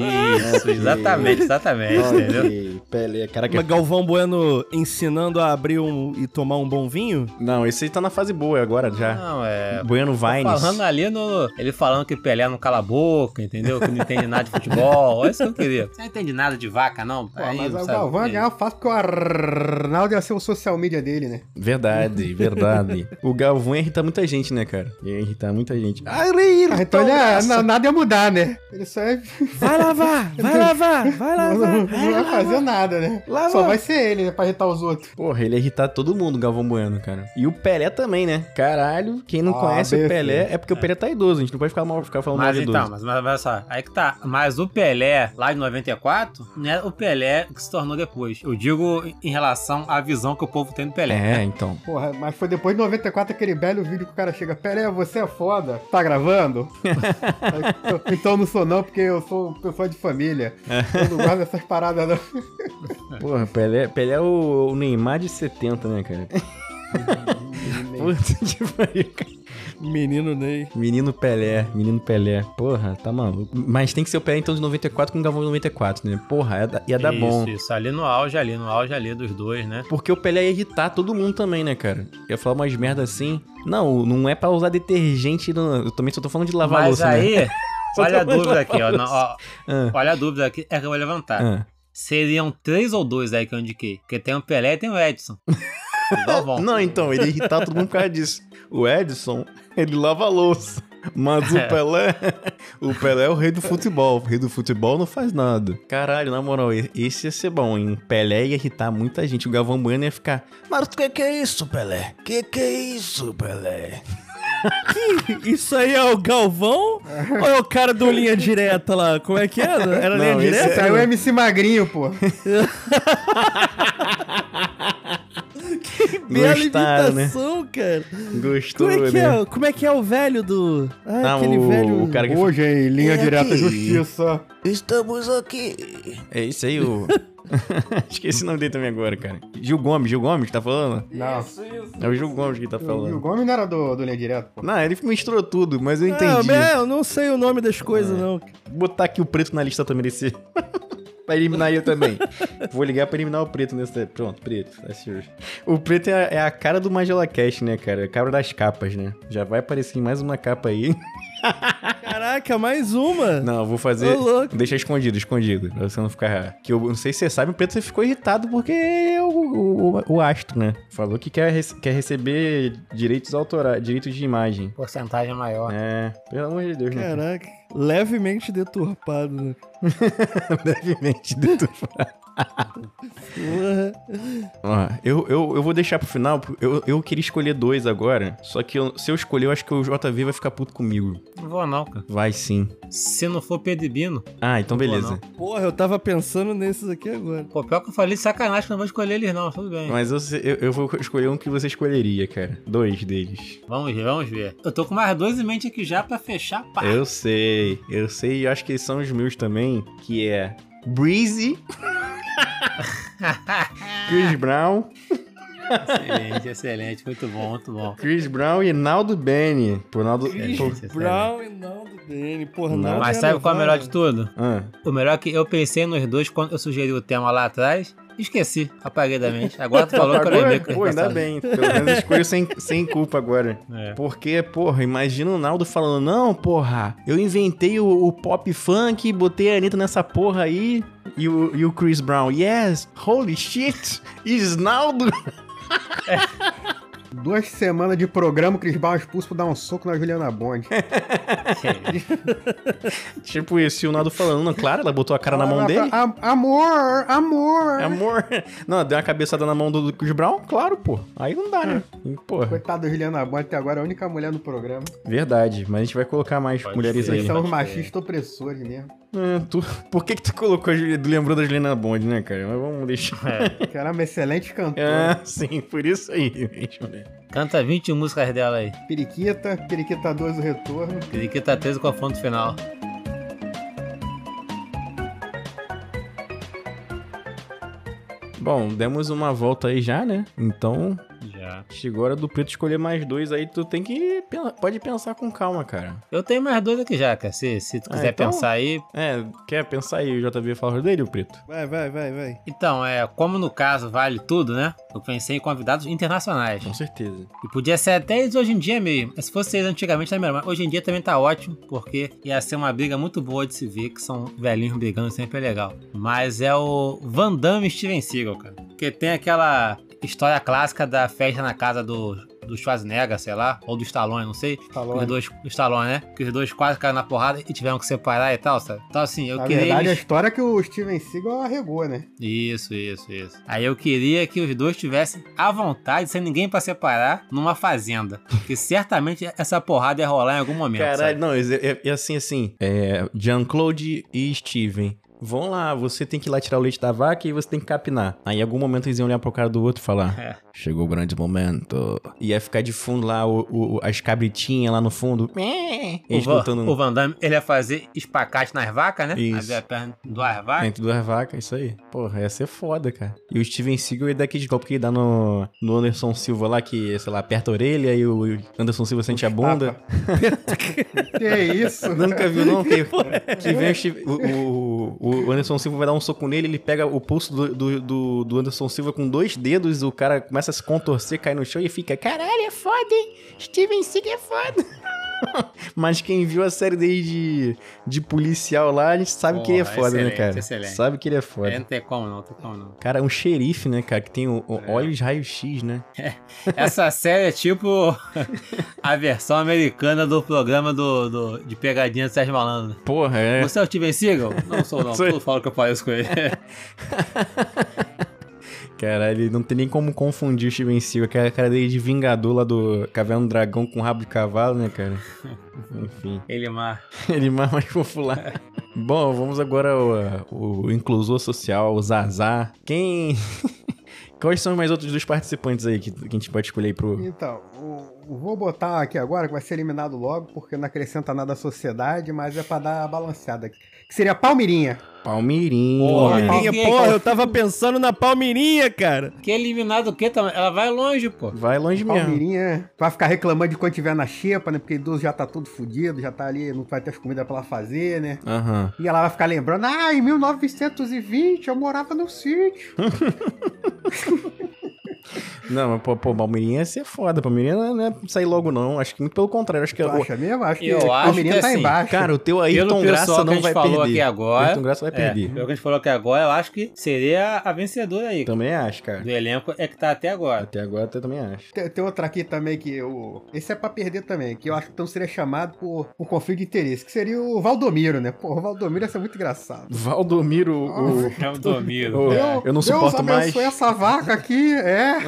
[SPEAKER 5] Isso,
[SPEAKER 2] Ok.
[SPEAKER 5] exatamente, exatamente,
[SPEAKER 2] Ok,
[SPEAKER 5] entendeu?
[SPEAKER 2] Pelé, caraca.
[SPEAKER 3] Mas Galvão Bueno ensinando a abrir um, e tomar um bom vinho?
[SPEAKER 2] Não, esse aí tá na fase boa agora já.
[SPEAKER 5] Não, é.
[SPEAKER 2] Bueno Vines.
[SPEAKER 5] Falando ali no. Ele falando que Pelé não cala a boca, entendeu? Que não entende nada de futebol. É isso que eu queria. É Você não entende nada de vaca, não?
[SPEAKER 4] Pô,
[SPEAKER 5] Aí,
[SPEAKER 4] mas o
[SPEAKER 5] sabe?
[SPEAKER 4] Galvão ia
[SPEAKER 5] Aí.
[SPEAKER 4] ganhar fácil porque o Arnaldo ia ser o social media dele, né?
[SPEAKER 2] Verdade, verdade. o Galvão ia irritar muita gente, né, cara? Ia irritar muita gente. Ah,
[SPEAKER 4] Ah, então ele ia- na- nada ia mudar, né? Ele só ia...
[SPEAKER 2] vai lavar, vai lavar, vai
[SPEAKER 4] Não,
[SPEAKER 2] lavar.
[SPEAKER 4] vai fazer nada, né?
[SPEAKER 2] Lá
[SPEAKER 4] Só
[SPEAKER 2] vai.
[SPEAKER 4] vai ser ele, né? Pra irritar os outros.
[SPEAKER 2] Porra, ele ia irritar todo mundo, o Galvão Bueno, cara. E o Pelé também, né? Caralho, quem não
[SPEAKER 4] Ah,
[SPEAKER 2] conhece o
[SPEAKER 4] bem,
[SPEAKER 2] Pelé é porque o Pelé tá idoso, a gente não pode ficar, mal, ficar falando mal
[SPEAKER 5] Mas
[SPEAKER 2] de
[SPEAKER 5] então,
[SPEAKER 2] idoso.
[SPEAKER 5] mas, mas olha só, aí que tá. Mas o Pelé, lá de 94, não é o Pelé que se tornou depois. Eu digo em relação à visão que o povo tem do Pelé.
[SPEAKER 2] É, então.
[SPEAKER 4] Porra, mas foi depois de 94 aquele velho vídeo que o cara chega, Pelé, você é foda, tá gravando? Aí, então não sou não, porque eu sou pessoa de família. Eu não gosto dessas paradas não.
[SPEAKER 2] Porra, Pelé, Pelé é o, o Neymar de 70, né, cara? Puta que pariu, cara.
[SPEAKER 3] Menino Ney.
[SPEAKER 2] Menino Pelé, menino Pelé. Porra, tá maluco. Mas tem que ser o Pelé então de 94 com o Galvão de 94, né? Porra, ia, da- ia dar
[SPEAKER 5] isso,
[SPEAKER 2] bom.
[SPEAKER 5] Isso, ali no auge, ali no auge ali dos dois, né?
[SPEAKER 2] Porque o Pelé ia irritar todo mundo também, né, cara? Ia falar umas merdas assim. Não, não é pra usar detergente. No... Eu também só tô falando de lavar
[SPEAKER 5] Mas
[SPEAKER 2] louça, né?
[SPEAKER 5] aí,
[SPEAKER 2] Só
[SPEAKER 5] olha a
[SPEAKER 2] tô falando de
[SPEAKER 5] dúvida
[SPEAKER 2] lavar
[SPEAKER 5] aqui, ó,
[SPEAKER 2] louça.
[SPEAKER 5] não, ó.
[SPEAKER 2] Ah,
[SPEAKER 5] Olha a dúvida aqui, é que eu vou levantar.
[SPEAKER 2] ah.
[SPEAKER 5] Seriam três ou dois aí que eu indiquei. Porque tem o Pelé e tem o Edson. O Galvão.
[SPEAKER 2] Não, então, ele ia irritar todo mundo por causa disso. O Edson, ele lava a louça. Mas o
[SPEAKER 5] É.
[SPEAKER 2] Pelé, o Pelé é o rei do futebol. O rei do futebol não faz nada. Caralho, na moral, e- esse ia ser bom, hein? Pelé ia irritar muita gente. O Galvão Bueno ia ficar, mas o que que é isso, Pelé? Que que é isso, Pelé?
[SPEAKER 3] Isso aí é o Galvão? ou é o cara do Linha Direta lá? Como é que é? Era
[SPEAKER 2] Não,
[SPEAKER 3] Linha
[SPEAKER 2] esse
[SPEAKER 3] Direta? É
[SPEAKER 4] Saiu É o MC Magrinho, pô.
[SPEAKER 3] Bela
[SPEAKER 2] Gostaram, né?
[SPEAKER 3] imitação, cara.
[SPEAKER 2] Gostou,
[SPEAKER 3] Como é, que
[SPEAKER 2] né?
[SPEAKER 3] é, como é que é o velho do... Ah,
[SPEAKER 2] Não,
[SPEAKER 3] aquele
[SPEAKER 2] o,
[SPEAKER 3] velho...
[SPEAKER 2] o cara que
[SPEAKER 4] É
[SPEAKER 2] É
[SPEAKER 4] Hoje em Linha Direta à Justiça.
[SPEAKER 2] Estamos aqui. É isso aí, o... Esqueci o nome dele também agora, cara. Gil Gomes, Gil Gomes, tá falando?
[SPEAKER 4] Não,
[SPEAKER 2] É o Gil Gomes que tá
[SPEAKER 4] e o
[SPEAKER 2] falando.
[SPEAKER 4] Gomes não era do, do Linha Direta, pô.
[SPEAKER 2] Não, ele misturou tudo, mas é. eu
[SPEAKER 3] Ah,
[SPEAKER 2] entendi.
[SPEAKER 3] mas eu não sei o nome das coisas, não.
[SPEAKER 2] botar aqui o preto na lista também desse. pra eliminar eu também. Vou ligar pra eliminar o preto nesse. Pronto, preto. That's yours. O preto é a, é a cara do Magela Cash, né, cara? É a cara das capas, né? Já vai aparecer em mais uma capa aí.
[SPEAKER 3] Caraca, mais uma.
[SPEAKER 2] Não, eu vou fazer.
[SPEAKER 3] Ô, louco.
[SPEAKER 2] Deixa escondido, escondido. Pra você não ficar. Que eu não sei se você sabe, o preto você ficou irritado porque é o, o, o astro, né? Falou que quer, rece- quer receber direitos autorais, direitos de imagem.
[SPEAKER 5] Porcentagem maior.
[SPEAKER 2] É, pelo amor de Deus, né?
[SPEAKER 3] Caraca. Levemente deturpado, né?
[SPEAKER 2] Brevemente, dentro
[SPEAKER 3] Porra.
[SPEAKER 2] Ó, eu, eu, eu vou deixar pro final, porque eu, eu queria escolher dois agora, só que eu- se eu escolher, eu acho que o JV vai ficar puto comigo.
[SPEAKER 5] Não vou não, cara.
[SPEAKER 2] Vai sim.
[SPEAKER 5] Se não for Pedibino.
[SPEAKER 2] Ah, então
[SPEAKER 5] Não vou,
[SPEAKER 2] beleza.
[SPEAKER 3] Porra, eu tava pensando nesses aqui agora.
[SPEAKER 5] Pô, pior que eu falei de sacanagem que eu não vou escolher eles não, mas tudo bem.
[SPEAKER 2] Mas eu, sei- eu, eu vou escolher um que você escolheria, cara. Dois deles.
[SPEAKER 5] Vamos ver, vamos ver. Eu tô com mais dois em mente aqui já pra fechar a parte.
[SPEAKER 2] Eu sei, eu sei, eu acho que são os meus também, que é Breezy, Chris Brown,
[SPEAKER 5] excelente, excelente. Muito bom, muito bom.
[SPEAKER 2] Chris Brown e Naldo Benny. Por Naldo... é,
[SPEAKER 5] Chris
[SPEAKER 2] por-
[SPEAKER 5] Excelente.
[SPEAKER 3] Brown e Naldo Dene. Porra,
[SPEAKER 2] Não.
[SPEAKER 3] Naldo
[SPEAKER 5] Mas
[SPEAKER 3] ia
[SPEAKER 5] sabe qual é o
[SPEAKER 3] levar,
[SPEAKER 5] melhor
[SPEAKER 3] né?
[SPEAKER 5] de tudo?
[SPEAKER 2] Ah,
[SPEAKER 5] O melhor é que eu pensei nos dois quando eu sugeri o tema lá atrás. Esqueci, apaguei da mente. Agora tu falou que eu
[SPEAKER 2] Agora-
[SPEAKER 5] lembrei que eu
[SPEAKER 2] Pô, ainda
[SPEAKER 5] pensava.
[SPEAKER 2] bem. Pelo menos eu escolho sem, sem culpa agora.
[SPEAKER 5] É.
[SPEAKER 2] Porque, porra, imagina o Naldo falando, não, porra, eu inventei o, o pop funk, botei a Anitta nessa porra aí, e o, e o Chris Brown, yes, holy shit, is Naldo.
[SPEAKER 4] Duas semanas de programa, o Cris Barro expulso pra dar um soco na Juliana Bond.
[SPEAKER 2] Tá tipo isso, e o Naldo falando, não, claro, ela botou a cara na mão dele. É
[SPEAKER 4] A- tá amor, amor.
[SPEAKER 2] Amor. Não, deu uma cabeçada na mão do do Chris Brown? Claro, pô. Aí não dá, né?
[SPEAKER 5] É.
[SPEAKER 2] Porra,
[SPEAKER 4] Coitado da Juliana Bond, até agora é a única mulher no programa.
[SPEAKER 2] verdade. Mas a gente vai colocar mais
[SPEAKER 5] Pode
[SPEAKER 2] mulheres
[SPEAKER 5] ser. Então-
[SPEAKER 2] aí. né?
[SPEAKER 4] Eles são
[SPEAKER 5] pode
[SPEAKER 4] os
[SPEAKER 5] ser.
[SPEAKER 4] machistas opressores mesmo.
[SPEAKER 2] É, tu- Por que que tu colocou a Juliana... Lembrou da Juliana Bond, né, cara? Mas vamos deixar...
[SPEAKER 5] É.
[SPEAKER 4] Que era uma excelente cantora.
[SPEAKER 2] Ah, sim, por isso aí mesmo, né?
[SPEAKER 5] Canta 20 músicas dela aí.
[SPEAKER 2] É.
[SPEAKER 4] Periquita, Periquita 2, o retorno.
[SPEAKER 5] Periquita 13 com a fonte final.
[SPEAKER 2] Bom, demos uma volta aí já, né? Então,
[SPEAKER 5] Já.
[SPEAKER 2] chegou a hora do Preto escolher mais dois aí. Tu tem que... pen- Pode pensar com calma, cara.
[SPEAKER 5] Eu tenho mais dois aqui já, cara. Se, se tu
[SPEAKER 2] Ah,
[SPEAKER 5] quiser
[SPEAKER 2] então-
[SPEAKER 5] pensar aí.
[SPEAKER 2] É, quer pensar aí? O JV falou dele, o Preto?
[SPEAKER 3] Vai, vai, vai, vai.
[SPEAKER 5] Então, é, como no caso vale tudo, né? Eu pensei em convidados internacionais.
[SPEAKER 2] Com certeza.
[SPEAKER 5] E podia ser até eles hoje em dia mesmo. Se fosse eles antigamente, tá melhor. Mas hoje em dia também tá ótimo, porque ia ser uma briga muito boa de se ver, que são velhinhos brigando sempre é legal. Mas é o Van Damme e Steven Seagal, cara. Porque tem aquela história clássica da festa na casa do, do Schwarzenegger, sei lá, ou do Stallone, não sei. Que os
[SPEAKER 4] Stallone.
[SPEAKER 5] dois, o Stallone, né? Que os dois quase caíram na porrada e tiveram que separar e tal, sabe? Então assim, eu
[SPEAKER 4] Na
[SPEAKER 5] queria...
[SPEAKER 4] verdade, a
[SPEAKER 5] eles-
[SPEAKER 4] história é que o Steven Seagal arregou, né?
[SPEAKER 5] isso, isso, isso. Aí eu queria que os dois tivessem à vontade, sem ninguém pra separar, numa fazenda. Porque certamente essa porrada ia rolar em algum momento.
[SPEAKER 2] é Caralho, não, é, e, e- e assim, assim, é, Jean-Claude e Steven. Vão lá, você tem que ir lá tirar o leite da vaca e você tem que capinar. Aí em algum momento eles iam olhar pro cara do outro e falar:
[SPEAKER 5] É.
[SPEAKER 2] Chegou o grande momento. Ia ficar de fundo lá o, o- as cabritinhas lá no fundo.
[SPEAKER 5] O
[SPEAKER 2] Eles botando um-
[SPEAKER 5] Van, o Van Damme, ele ia fazer espacate nas vacas, né?
[SPEAKER 2] Isso.
[SPEAKER 5] Abrir a perna duas vacas.
[SPEAKER 2] entre duas vacas, isso aí. Porra, ia ser foda, cara. E o Steven Seagal ia dar aquele golpe que ele dá no, no Anderson Silva lá, que, sei lá, aperta a orelha e o Anderson Silva sente a bunda.
[SPEAKER 4] Que isso?
[SPEAKER 2] Nunca viu, não? Que,
[SPEAKER 5] é
[SPEAKER 2] que vem o Steve- o, o, o Anderson Silva vai dar um soco nele, ele pega o pulso do, do, do- do Anderson Silva com dois dedos, o cara começa a se contorcer, cai no chão e fica: caralho, é foda, hein? Steven Seagal é foda. Mas quem viu a série dele de, de policial lá, a gente sabe que ele é
[SPEAKER 5] Porra,
[SPEAKER 2] foda, né,
[SPEAKER 5] excelente,
[SPEAKER 2] cara?
[SPEAKER 5] excelente.
[SPEAKER 2] Sabe que ele é foda.
[SPEAKER 5] É, não tem como não, não tem como não.
[SPEAKER 2] Cara, é um xerife, né, cara? Que tem o, o
[SPEAKER 5] É.
[SPEAKER 2] olhos raio-x, né?
[SPEAKER 5] Essa série é tipo a versão americana do programa do, do- de pegadinha do Sérgio Malandro.
[SPEAKER 2] Porra, é.
[SPEAKER 5] Você é o Steven Seagal? Não sou não,
[SPEAKER 2] Sou eu.
[SPEAKER 5] tudo falo que eu pareço com ele.
[SPEAKER 2] Caralho, não tem nem como confundir o Steven Seagal, aquela cara dele de vingador lá do Caverna do Dragão com rabo de cavalo, né, cara? Enfim,
[SPEAKER 5] ele é mar.
[SPEAKER 2] ele é mais mais fofo lá. Bom, vamos agora ao, ao inclusor social, o Zazá. Quem... Quais são mais outros dos participantes aí que, que a gente pode escolher aí pro...
[SPEAKER 4] Então, o- o- vou botar aqui agora, que vai ser eliminado logo, porque não acrescenta nada à sociedade, mas é pra dar a balanceada aqui. Que seria Palmirinha.
[SPEAKER 2] Palmeirinho.
[SPEAKER 5] Porra,
[SPEAKER 2] Palmeirinha.
[SPEAKER 3] Palmeirinha,
[SPEAKER 5] Quem-
[SPEAKER 3] porra,
[SPEAKER 5] quem-
[SPEAKER 3] eu tava pensando na Palmeirinha, cara.
[SPEAKER 5] Que é eliminado o quê? também? Ela vai longe, pô.
[SPEAKER 2] Vai longe mesmo.
[SPEAKER 4] Palmirinha vai ficar reclamando de quando tiver na xepa, né? Porque idoso já tá tudo fudido, já tá ali, não vai ter as comidas pra ela fazer, né?
[SPEAKER 2] Aham.
[SPEAKER 4] E ela vai ficar lembrando, ah, em 1920 eu morava no sítio.
[SPEAKER 2] Não, mas pô, pô Palmeirinha ia ser foda. Palmeirinha não é- não é sair logo, não. Acho que muito pelo contrário. Acho que é
[SPEAKER 4] Tu
[SPEAKER 2] o-
[SPEAKER 4] acha mesmo? Acho que
[SPEAKER 5] eu acho
[SPEAKER 4] Palmirinha
[SPEAKER 5] que
[SPEAKER 4] tá
[SPEAKER 5] assim,
[SPEAKER 4] embaixo.
[SPEAKER 2] Cara, o teu Ayrton
[SPEAKER 5] Pelo
[SPEAKER 2] Graça
[SPEAKER 5] pessoal que a
[SPEAKER 2] não
[SPEAKER 5] gente
[SPEAKER 2] vai
[SPEAKER 5] falou
[SPEAKER 2] perder.
[SPEAKER 5] aqui agora-
[SPEAKER 2] Ayrton Graça vai
[SPEAKER 5] É,
[SPEAKER 2] perder. Então.
[SPEAKER 5] pelo que a gente falou aqui agora, eu acho que seria a vencedora aí.
[SPEAKER 2] Também acho, cara.
[SPEAKER 5] Do elenco é que tá até agora.
[SPEAKER 2] Até agora eu também acho.
[SPEAKER 4] Tem, tem outra aqui também que eu. Esse é pra perder também, que eu acho que então seria chamado por, por conflito de interesse, que seria o Valdomiro, né? Pô, o Valdomiro ia ser muito engraçado.
[SPEAKER 2] Valdomiro, o. o-
[SPEAKER 5] É o Domiro.
[SPEAKER 2] o-
[SPEAKER 5] cara.
[SPEAKER 2] eu não suporto
[SPEAKER 4] Deus
[SPEAKER 2] mais.
[SPEAKER 4] abençoe essa vaca aqui, é.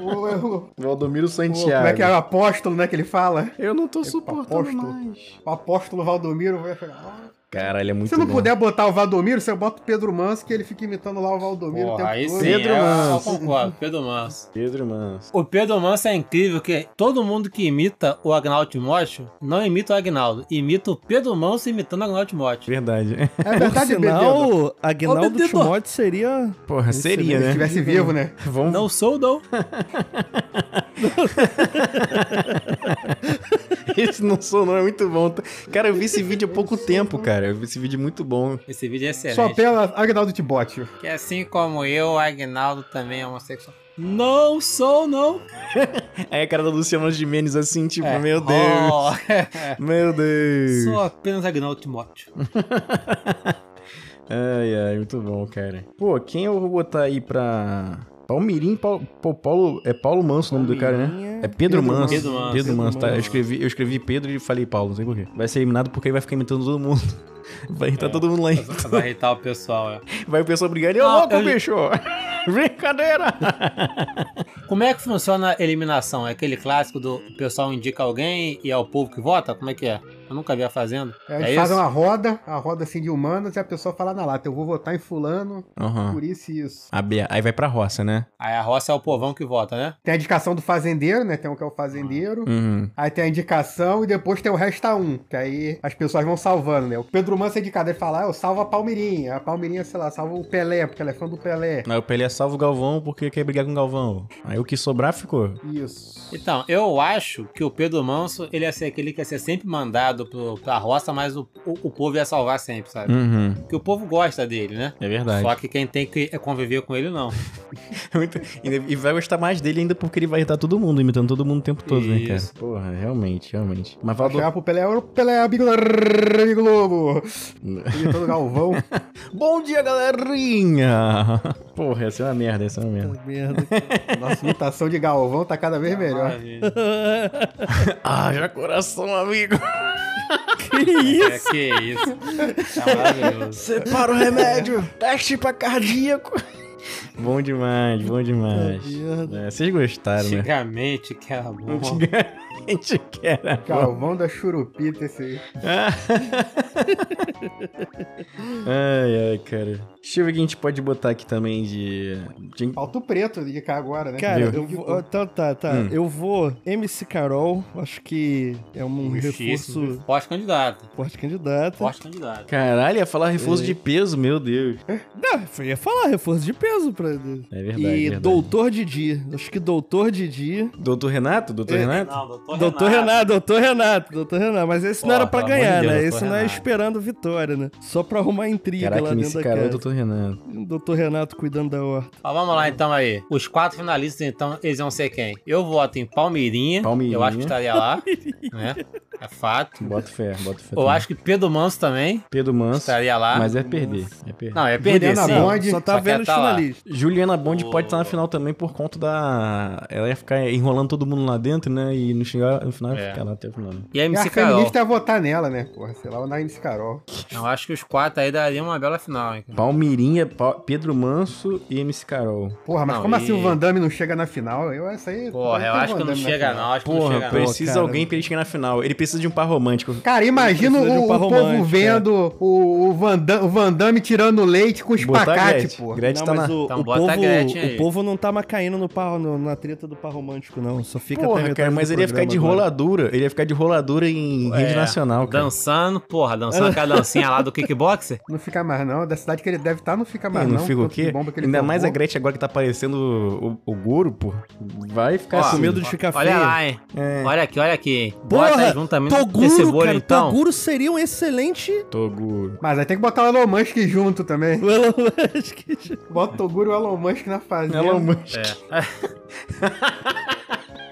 [SPEAKER 4] o, o, o-
[SPEAKER 2] Valdomiro Santiago.
[SPEAKER 4] como é que é o apóstolo, né? Que ele fala.
[SPEAKER 2] Eu não tô
[SPEAKER 4] Epa,
[SPEAKER 2] suportando
[SPEAKER 4] apóstolo.
[SPEAKER 2] mais.
[SPEAKER 4] O apóstolo Valdomiro vai chegar. "Ah,
[SPEAKER 2] Caralho, é muito
[SPEAKER 4] Se não
[SPEAKER 2] bom.
[SPEAKER 4] puder botar o Valdomiro, você bota o Pedro Manso, que ele fica imitando lá o Valdomiro o
[SPEAKER 5] Porra,
[SPEAKER 4] tempo
[SPEAKER 5] aí sim, é,
[SPEAKER 4] todo. É
[SPEAKER 2] Pedro
[SPEAKER 5] eu- eu,
[SPEAKER 2] Manso.
[SPEAKER 5] concordo, Pedro Manso.
[SPEAKER 2] Pedro Manso.
[SPEAKER 5] O Pedro Manso é incrível que todo mundo que imita o Agnaldo Timóteo não imita o Agnaldo, imita o Pedro Manso imitando o Agnaldo Timóteo.
[SPEAKER 2] Verdade.
[SPEAKER 4] É verdade,
[SPEAKER 3] Por sinal,
[SPEAKER 4] Bebedo.
[SPEAKER 3] Agnaldo
[SPEAKER 5] Ô, Bebedo.
[SPEAKER 3] Timóteo seria...
[SPEAKER 2] Porra,
[SPEAKER 3] Esse
[SPEAKER 2] seria,
[SPEAKER 4] Se
[SPEAKER 2] né?
[SPEAKER 4] estivesse vivo, né?
[SPEAKER 2] Vamos.
[SPEAKER 5] Não sou, não.
[SPEAKER 2] Esse não sou, não. É muito bom. Cara, eu vi esse vídeo há pouco tempo, cara. Eu vi esse vídeo muito bom.
[SPEAKER 5] Esse vídeo é
[SPEAKER 4] Só
[SPEAKER 5] excelente.
[SPEAKER 4] pela Agnaldo Tibótio.
[SPEAKER 5] Que assim como eu, o Agnaldo também é homossexual. Não sou, não.
[SPEAKER 2] Aí É, a cara da Luciana Jimenez assim, tipo, meu Deus.
[SPEAKER 5] Oh,
[SPEAKER 2] Meu Deus.
[SPEAKER 5] sou apenas Agnaldo Timóteo.
[SPEAKER 2] Ai, ai, muito bom, cara. Pô, quem eu vou botar aí pra. Palmirim, Paulo, pô, Paulo, é Paulo Manso o nome do cara, né? É Pedro,
[SPEAKER 4] Pedro
[SPEAKER 2] Manso.
[SPEAKER 4] Manso.
[SPEAKER 2] Pedro Manso.
[SPEAKER 5] Pedro
[SPEAKER 2] tá? Eu escrevi, eu escrevi Pedro e falei Paulo, não sei porquê. Vai ser eliminado porque aí vai ficar imitando todo mundo. Vai irritar todo mundo lá.
[SPEAKER 5] Vai irritar o pessoal, é.
[SPEAKER 2] Vai o pessoal brigar ele, ô
[SPEAKER 5] Não,
[SPEAKER 2] louco,
[SPEAKER 5] eu-
[SPEAKER 2] bicho! Brincadeira!
[SPEAKER 5] Como é que funciona a eliminação? É aquele clássico do o pessoal indica alguém e é o povo que vota? Como é que é? Eu nunca vi a Fazenda.
[SPEAKER 4] É,
[SPEAKER 5] É
[SPEAKER 4] eles
[SPEAKER 5] isso?
[SPEAKER 4] fazem uma roda, a roda assim de humanas, e a pessoa fala na lata, eu vou votar em fulano,
[SPEAKER 2] Aham.
[SPEAKER 4] por isso e isso.
[SPEAKER 2] A Bia, aí vai pra roça, né?
[SPEAKER 5] Aí a roça é o povão que vota, né?
[SPEAKER 4] Tem a indicação do fazendeiro, né? Tem um que é o fazendeiro.
[SPEAKER 2] Uhum.
[SPEAKER 4] Aí tem a indicação e depois tem o resta um, que aí as pessoas vão salvando, né? O Pedro Manso é indicado, ele fala, ah, eu salvo a Palmeirinha. A Palmeirinha, sei lá, salva o Pelé, porque ela é fã do Pelé.
[SPEAKER 2] Aí o Pelé salva o Galvão porque quer brigar com o Galvão. Aí o que sobrar ficou.
[SPEAKER 4] Isso.
[SPEAKER 5] Então, eu acho que o Pedro Manso, ele ia ser aquele que ia ser sempre mandado pro, pra roça, mas o, o, o povo ia salvar sempre, sabe?
[SPEAKER 2] Uhum.
[SPEAKER 5] Porque o povo gosta dele, né?
[SPEAKER 2] É verdade. É
[SPEAKER 5] Só que quem tem que conviver com ele, não.
[SPEAKER 2] Muito- E e vai gostar mais dele ainda porque ele vai irritar todo mundo, imitando todo mundo o tempo todo, né, cara?
[SPEAKER 5] Isso.
[SPEAKER 2] Porra, realmente, realmente. Mas
[SPEAKER 4] Vai
[SPEAKER 2] Valdo...
[SPEAKER 4] chegar pro Pelé, o Pelé é amigo da Rede Globo. Ele todo galvão.
[SPEAKER 2] Bom dia, galerinha! Porra, essa é uma merda, essa é uma merda.
[SPEAKER 3] Merda.
[SPEAKER 4] Nossa imitação de galvão tá cada vez melhor.
[SPEAKER 5] Maravilha.
[SPEAKER 2] Ah, já coração, amigo!
[SPEAKER 5] É, que isso. É maravilhoso.
[SPEAKER 2] Separa o remédio! Teste pra cardíaco! Bom demais, bom demais.
[SPEAKER 3] Puta merda.
[SPEAKER 2] É, vocês gostaram, né?
[SPEAKER 5] Antigamente que era bom.
[SPEAKER 2] gente quer. a bola.
[SPEAKER 4] Calvão da Churupita, esse aí.
[SPEAKER 2] ai, ai, cara. Deixa eu ver o que a gente pode botar aqui também de. de-
[SPEAKER 4] Alto preto de cá agora, né?
[SPEAKER 3] Cara,
[SPEAKER 2] Viu?
[SPEAKER 3] eu vou. ó, Então tá, tá.
[SPEAKER 2] Hum.
[SPEAKER 3] Eu vou. MC Carol, acho que é um
[SPEAKER 5] Justíssimo.
[SPEAKER 3] reforço
[SPEAKER 5] né? Forte candidato.
[SPEAKER 3] forte candidato.
[SPEAKER 5] Forte candidato.
[SPEAKER 2] Caralho, ia falar reforço de peso, meu Deus.
[SPEAKER 3] Não, eu ia falar, reforço de peso pra.
[SPEAKER 2] É verdade.
[SPEAKER 3] e
[SPEAKER 2] verdade.
[SPEAKER 3] Doutor Didi. Acho que Doutor Didi.
[SPEAKER 2] Doutor Renato? Doutor
[SPEAKER 3] É,
[SPEAKER 2] Renato?
[SPEAKER 5] Não, doutor,
[SPEAKER 3] Doutor Renato, doutor Renato, doutor Renato. Mas esse não
[SPEAKER 5] Porra,
[SPEAKER 3] era pra
[SPEAKER 5] pelo amor de
[SPEAKER 3] ganhar,
[SPEAKER 5] Deus,
[SPEAKER 3] né?
[SPEAKER 5] doutor
[SPEAKER 3] Esse não é
[SPEAKER 5] Renato.
[SPEAKER 3] esperando vitória, né? Só pra arrumar intriga lá
[SPEAKER 2] Caraca,
[SPEAKER 3] dentro
[SPEAKER 2] nesse
[SPEAKER 3] da
[SPEAKER 2] cara é o
[SPEAKER 3] casa.
[SPEAKER 2] Doutor Renato.
[SPEAKER 3] Doutor Renato cuidando da horta.
[SPEAKER 5] Ó, vamos lá então aí. Os quatro finalistas, então, eles vão ser quem? Eu voto em Palmeirinha.
[SPEAKER 2] Palmeirinha.
[SPEAKER 5] Eu acho que estaria lá. né? É fato.
[SPEAKER 2] Bota fé, bota fé.
[SPEAKER 5] Eu
[SPEAKER 2] também.
[SPEAKER 5] acho tá que Pedro Manso também
[SPEAKER 2] Pedro Manso.
[SPEAKER 5] estaria lá.
[SPEAKER 2] Mas é perder. É perder.
[SPEAKER 5] Não, é perder,
[SPEAKER 4] Juliana
[SPEAKER 5] sim.
[SPEAKER 4] Bonner. Onde?
[SPEAKER 3] Só tá
[SPEAKER 5] Só que
[SPEAKER 3] vendo
[SPEAKER 5] ela
[SPEAKER 3] os
[SPEAKER 5] tá lá.
[SPEAKER 3] finalistas.
[SPEAKER 2] Juliana Bond
[SPEAKER 5] Ô.
[SPEAKER 2] pode estar na final também por conta da. Ela ia ficar enrolando todo mundo lá dentro, né? E no, chegar, no final
[SPEAKER 5] É.
[SPEAKER 2] ia ficar lá até o final. né.
[SPEAKER 5] E a
[SPEAKER 4] E é a
[SPEAKER 5] MC Carol.
[SPEAKER 4] feminista ia votar nela, né? Porra, sei lá, o Nine Carol.
[SPEAKER 5] Eu acho que os quatro aí dariam uma bela final, hein?
[SPEAKER 2] Palmeirinha, Pa- Pedro Manso e MC Carol.
[SPEAKER 4] Porra, mas
[SPEAKER 5] Não,
[SPEAKER 4] como
[SPEAKER 5] e-
[SPEAKER 4] assim o Van Damme não chega na final? Eu, essa aí.
[SPEAKER 5] Porra,
[SPEAKER 4] vai
[SPEAKER 5] eu
[SPEAKER 4] ter
[SPEAKER 5] acho que
[SPEAKER 4] Van
[SPEAKER 5] não
[SPEAKER 4] Damme na
[SPEAKER 5] chega,
[SPEAKER 4] final.
[SPEAKER 5] não. Acho que não
[SPEAKER 2] Porra,
[SPEAKER 5] chega, não.
[SPEAKER 2] precisa
[SPEAKER 3] cara.
[SPEAKER 2] alguém pra ele chegar na final. Ele precisa de um par romântico.
[SPEAKER 4] Cara, imagina
[SPEAKER 3] Precisa de um
[SPEAKER 4] o,
[SPEAKER 3] par
[SPEAKER 4] o povo
[SPEAKER 2] né?
[SPEAKER 3] romântico,
[SPEAKER 4] vendo o, o, Van Damme, o Van Damme tirando leite com
[SPEAKER 2] Botar a
[SPEAKER 4] espacate,
[SPEAKER 2] Gretchen.
[SPEAKER 4] porra.
[SPEAKER 2] Gretchen
[SPEAKER 3] Não,
[SPEAKER 2] tá
[SPEAKER 3] mas
[SPEAKER 2] na.
[SPEAKER 3] o,
[SPEAKER 5] Então
[SPEAKER 3] o
[SPEAKER 5] bota a
[SPEAKER 3] povo,
[SPEAKER 5] Gretchen aí.
[SPEAKER 3] o povo não tá mais caindo no par, no- na treta do par romântico, não. Só fica até
[SPEAKER 2] Porra,
[SPEAKER 3] metade
[SPEAKER 2] cara,
[SPEAKER 3] do
[SPEAKER 2] mas ele ia ficar
[SPEAKER 3] programa
[SPEAKER 2] de
[SPEAKER 3] agora.
[SPEAKER 2] roladura. Ele ia ficar de roladura em rede
[SPEAKER 5] É,
[SPEAKER 2] nacional, cara.
[SPEAKER 5] Dançando, porra, dançando aquela dancinha lá do kickboxer.
[SPEAKER 4] Não fica mais, não. Da cidade que ele deve estar, não fica
[SPEAKER 2] Ih,
[SPEAKER 4] mais,
[SPEAKER 2] não,
[SPEAKER 4] Ah, não.
[SPEAKER 2] fica o
[SPEAKER 4] Tanto de
[SPEAKER 2] quê?
[SPEAKER 4] bomba que ele
[SPEAKER 2] Ainda
[SPEAKER 4] tomou.
[SPEAKER 2] mais a Gretchen agora que tá parecendo o, o, o Goro, pô. Vai ficar
[SPEAKER 5] Ó,
[SPEAKER 2] assim.
[SPEAKER 3] Com medo de ficar
[SPEAKER 5] Olha
[SPEAKER 3] Tá feio.
[SPEAKER 5] lá, hein?
[SPEAKER 2] É.
[SPEAKER 5] Olha aqui, olha aqui.
[SPEAKER 3] Porra,
[SPEAKER 5] Bota juntamente esse
[SPEAKER 3] Toguro,
[SPEAKER 5] bolo,
[SPEAKER 3] cara.
[SPEAKER 5] então.
[SPEAKER 3] Toguro seria um excelente...
[SPEAKER 2] Toguro.
[SPEAKER 4] Mas aí tem que botar o Elon Musk junto também.
[SPEAKER 3] O Elon Musk.
[SPEAKER 4] Bota o Toguro e o Elon Musk na fazenda.
[SPEAKER 2] Elon Musk.
[SPEAKER 5] É.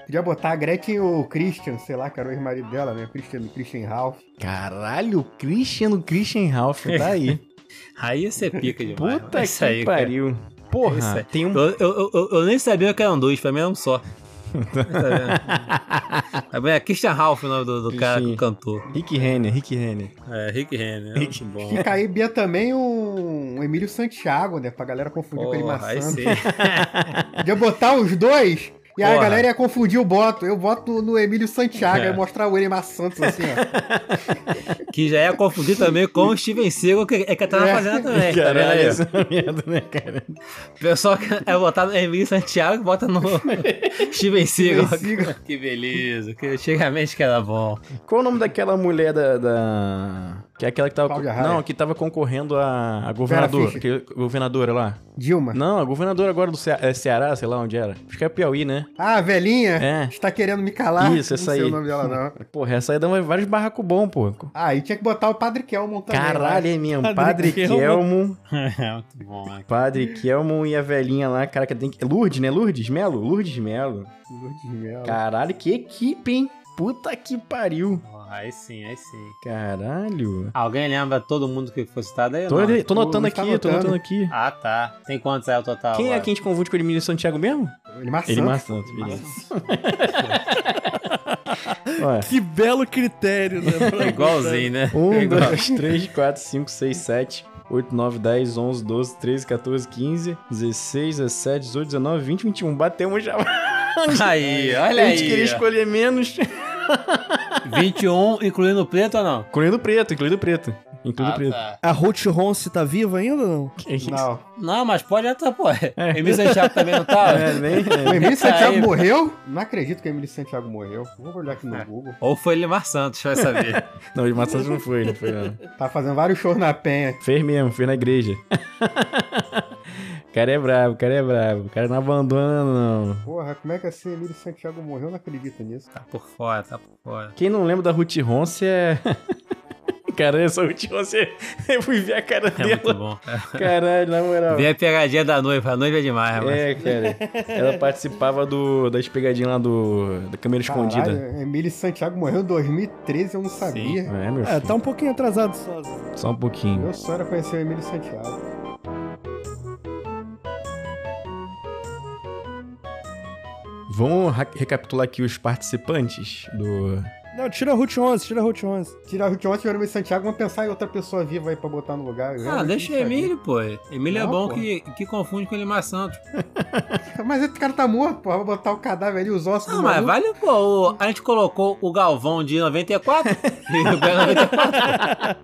[SPEAKER 4] Podia botar a Gretchen e o Christian, sei lá, que era o ex-marido dela, né? Christian, Christian Ralph.
[SPEAKER 2] Caralho, o Christian no Christian Ralph tá aí.
[SPEAKER 5] Aí você pica demais. mano.
[SPEAKER 2] Puta
[SPEAKER 5] É
[SPEAKER 2] que
[SPEAKER 5] isso aí, cara.
[SPEAKER 2] pariu.
[SPEAKER 5] É isso aí.
[SPEAKER 2] Porra, tem um.
[SPEAKER 5] Eu, eu, eu, eu nem sabia que eram dois, pra mim era um só. Tá vendo? É Christian Ralph o nome do, do cara que
[SPEAKER 2] Bichinho.
[SPEAKER 5] cantou.
[SPEAKER 2] Rick Renner, Rick Renner.
[SPEAKER 5] É, Rick Renner. é Muito bom.
[SPEAKER 4] Fica aí Bia também um, um Emílio Santiago, né? Pra galera confundir com ele
[SPEAKER 5] Porra, aí
[SPEAKER 4] maçã.
[SPEAKER 5] sim.
[SPEAKER 4] Podia botar os dois e a
[SPEAKER 5] Porra.
[SPEAKER 4] galera ia confundir o boto. Eu boto no Emílio Santiago,
[SPEAKER 5] É.
[SPEAKER 4] ia mostrar o Emílio Santos assim, ó.
[SPEAKER 5] Que já é confundir também com o Steven Seagal, que é que tá na
[SPEAKER 4] É.
[SPEAKER 5] fazenda também. Tá vendo
[SPEAKER 2] Caralho,
[SPEAKER 5] aí?
[SPEAKER 2] essa merda, né, cara?
[SPEAKER 5] O pessoal que é botado no Emílio Santiago, bota no Steven Seagal.
[SPEAKER 4] Seagal.
[SPEAKER 5] que beleza. Que antigamente que era bom.
[SPEAKER 2] Qual o nome daquela mulher da. da- Que é aquela que tava.
[SPEAKER 4] Cláudia Raia.
[SPEAKER 2] Não, que tava concorrendo a, a governadora.
[SPEAKER 4] Fischer. Ah.
[SPEAKER 2] que- governadora lá.
[SPEAKER 4] Dilma.
[SPEAKER 2] Não, a governadora agora do Ce- é, Ceará, sei lá onde era. Acho que é Piauí, né?
[SPEAKER 4] Ah, a velhinha
[SPEAKER 2] É.
[SPEAKER 4] está querendo me calar.
[SPEAKER 2] Isso, essa
[SPEAKER 4] não sei
[SPEAKER 2] aí.
[SPEAKER 4] o nome dela, não.
[SPEAKER 2] É. Porra, essa aí dá vários barracos bons, pô.
[SPEAKER 4] Ah, e tinha que botar o Padre Kelmon também.
[SPEAKER 2] Caralho,
[SPEAKER 4] né?
[SPEAKER 2] é mesmo.
[SPEAKER 3] Padre
[SPEAKER 2] Padre Kelmo.
[SPEAKER 5] É, muito bom. né?
[SPEAKER 2] Padre Kelmo e a velhinha lá, cara, que tem que. Lourdes, né? Lourdes Melo? Lourdes Melo.
[SPEAKER 4] Lourdes Mello.
[SPEAKER 2] Caralho, que equipe, hein? Puta que pariu.
[SPEAKER 5] Porra, Aí sim, aí sim.
[SPEAKER 2] Caralho.
[SPEAKER 5] Alguém lembra todo mundo que foi citado aí? ou
[SPEAKER 2] Tô,
[SPEAKER 5] não?
[SPEAKER 2] tô notando
[SPEAKER 4] Luiz tá
[SPEAKER 2] aqui, tô
[SPEAKER 4] anotando.
[SPEAKER 2] notando aqui.
[SPEAKER 5] Ah, tá. Tem quantos aí o total?
[SPEAKER 2] Quem é
[SPEAKER 5] agora?
[SPEAKER 2] que a gente confunde com o Emílio Santiago mesmo?
[SPEAKER 4] Elimar Santos.
[SPEAKER 2] Ele Santos, beleza. Ó,
[SPEAKER 3] Que belo critério, né? pra-
[SPEAKER 5] Igualzinho, né?
[SPEAKER 2] 1, 2, 3, 4, 5, 6, 7, 8, 9, 10, 11, 12, 13, 14, 15, 16, 17, 18, 19, 20, 21. Batemos já.
[SPEAKER 5] Aí, olha
[SPEAKER 2] a gente
[SPEAKER 5] aí.
[SPEAKER 2] queria
[SPEAKER 5] ó.
[SPEAKER 2] escolher menos.
[SPEAKER 5] 21, incluindo o preto ou não?
[SPEAKER 2] Incluindo o preto, incluindo o preto. Incluindo o preto.
[SPEAKER 5] tá.
[SPEAKER 3] A Ruth Ronce tá viva ainda ou não?
[SPEAKER 2] Que isso?
[SPEAKER 4] Não.
[SPEAKER 5] Não, mas pode entrar, pô. Emílio Santiago também não tá?
[SPEAKER 2] É, nem,
[SPEAKER 4] O Emílio
[SPEAKER 5] Aí.
[SPEAKER 4] Santiago morreu? Não acredito que o Emílio Santiago morreu. Vou olhar aqui
[SPEAKER 2] É.
[SPEAKER 4] no Google.
[SPEAKER 5] Ou foi Limar Santos, vai saber.
[SPEAKER 2] Não, o Matos não foi, não foi não.
[SPEAKER 4] Tá fazendo vários shows na penha.
[SPEAKER 2] Fez mesmo, fez na igreja. O cara é brabo, o cara é brabo. O cara não abandona, não.
[SPEAKER 4] Porra, como é que assim Emílio Santiago morreu? Não acredito nisso.
[SPEAKER 5] tá por fora, tá por fora.
[SPEAKER 2] Quem não lembra da Ruth Ronce é. Caralho, essa Ruth Ronce. Eu fui ver a cara
[SPEAKER 5] É
[SPEAKER 2] dela.
[SPEAKER 5] muito bom.
[SPEAKER 2] Caralho, na moral.
[SPEAKER 5] Vem a pegadinha da noiva, a noiva é demais, mano.
[SPEAKER 2] É, cara. Ela participava do, das pegadinhas lá do. Da câmera escondida.
[SPEAKER 4] Caralho, Emílio Santiago morreu em 2013, eu não sabia.
[SPEAKER 2] É, meu
[SPEAKER 3] É,
[SPEAKER 2] filho.
[SPEAKER 3] tá um pouquinho atrasado só.
[SPEAKER 2] Só um pouquinho.
[SPEAKER 4] Meu sonho era conhecer o Emílio Santiago.
[SPEAKER 2] Vamos ra- recapitular aqui os participantes do,
[SPEAKER 3] Não, tira a Ruth 11, tira a Ruth 11.
[SPEAKER 4] Tirar o Ruth e o Santiago, vamos pensar em outra pessoa viva aí pra botar no lugar. Eu
[SPEAKER 5] Ah,
[SPEAKER 4] realmente
[SPEAKER 5] deixa o
[SPEAKER 4] não sabia.
[SPEAKER 5] Emílio, pô. Emílio é
[SPEAKER 4] Não,
[SPEAKER 5] bom
[SPEAKER 4] pô.
[SPEAKER 5] que, que confunde com o Limar Santos.
[SPEAKER 4] Mas esse cara tá morto, porra. Vai botar o cadáver ali, os ossos
[SPEAKER 5] Não,
[SPEAKER 4] do
[SPEAKER 5] Ah, mas
[SPEAKER 4] maluco.
[SPEAKER 5] vale, pô. o- a gente colocou o Galvão de 94 e o Belo 94.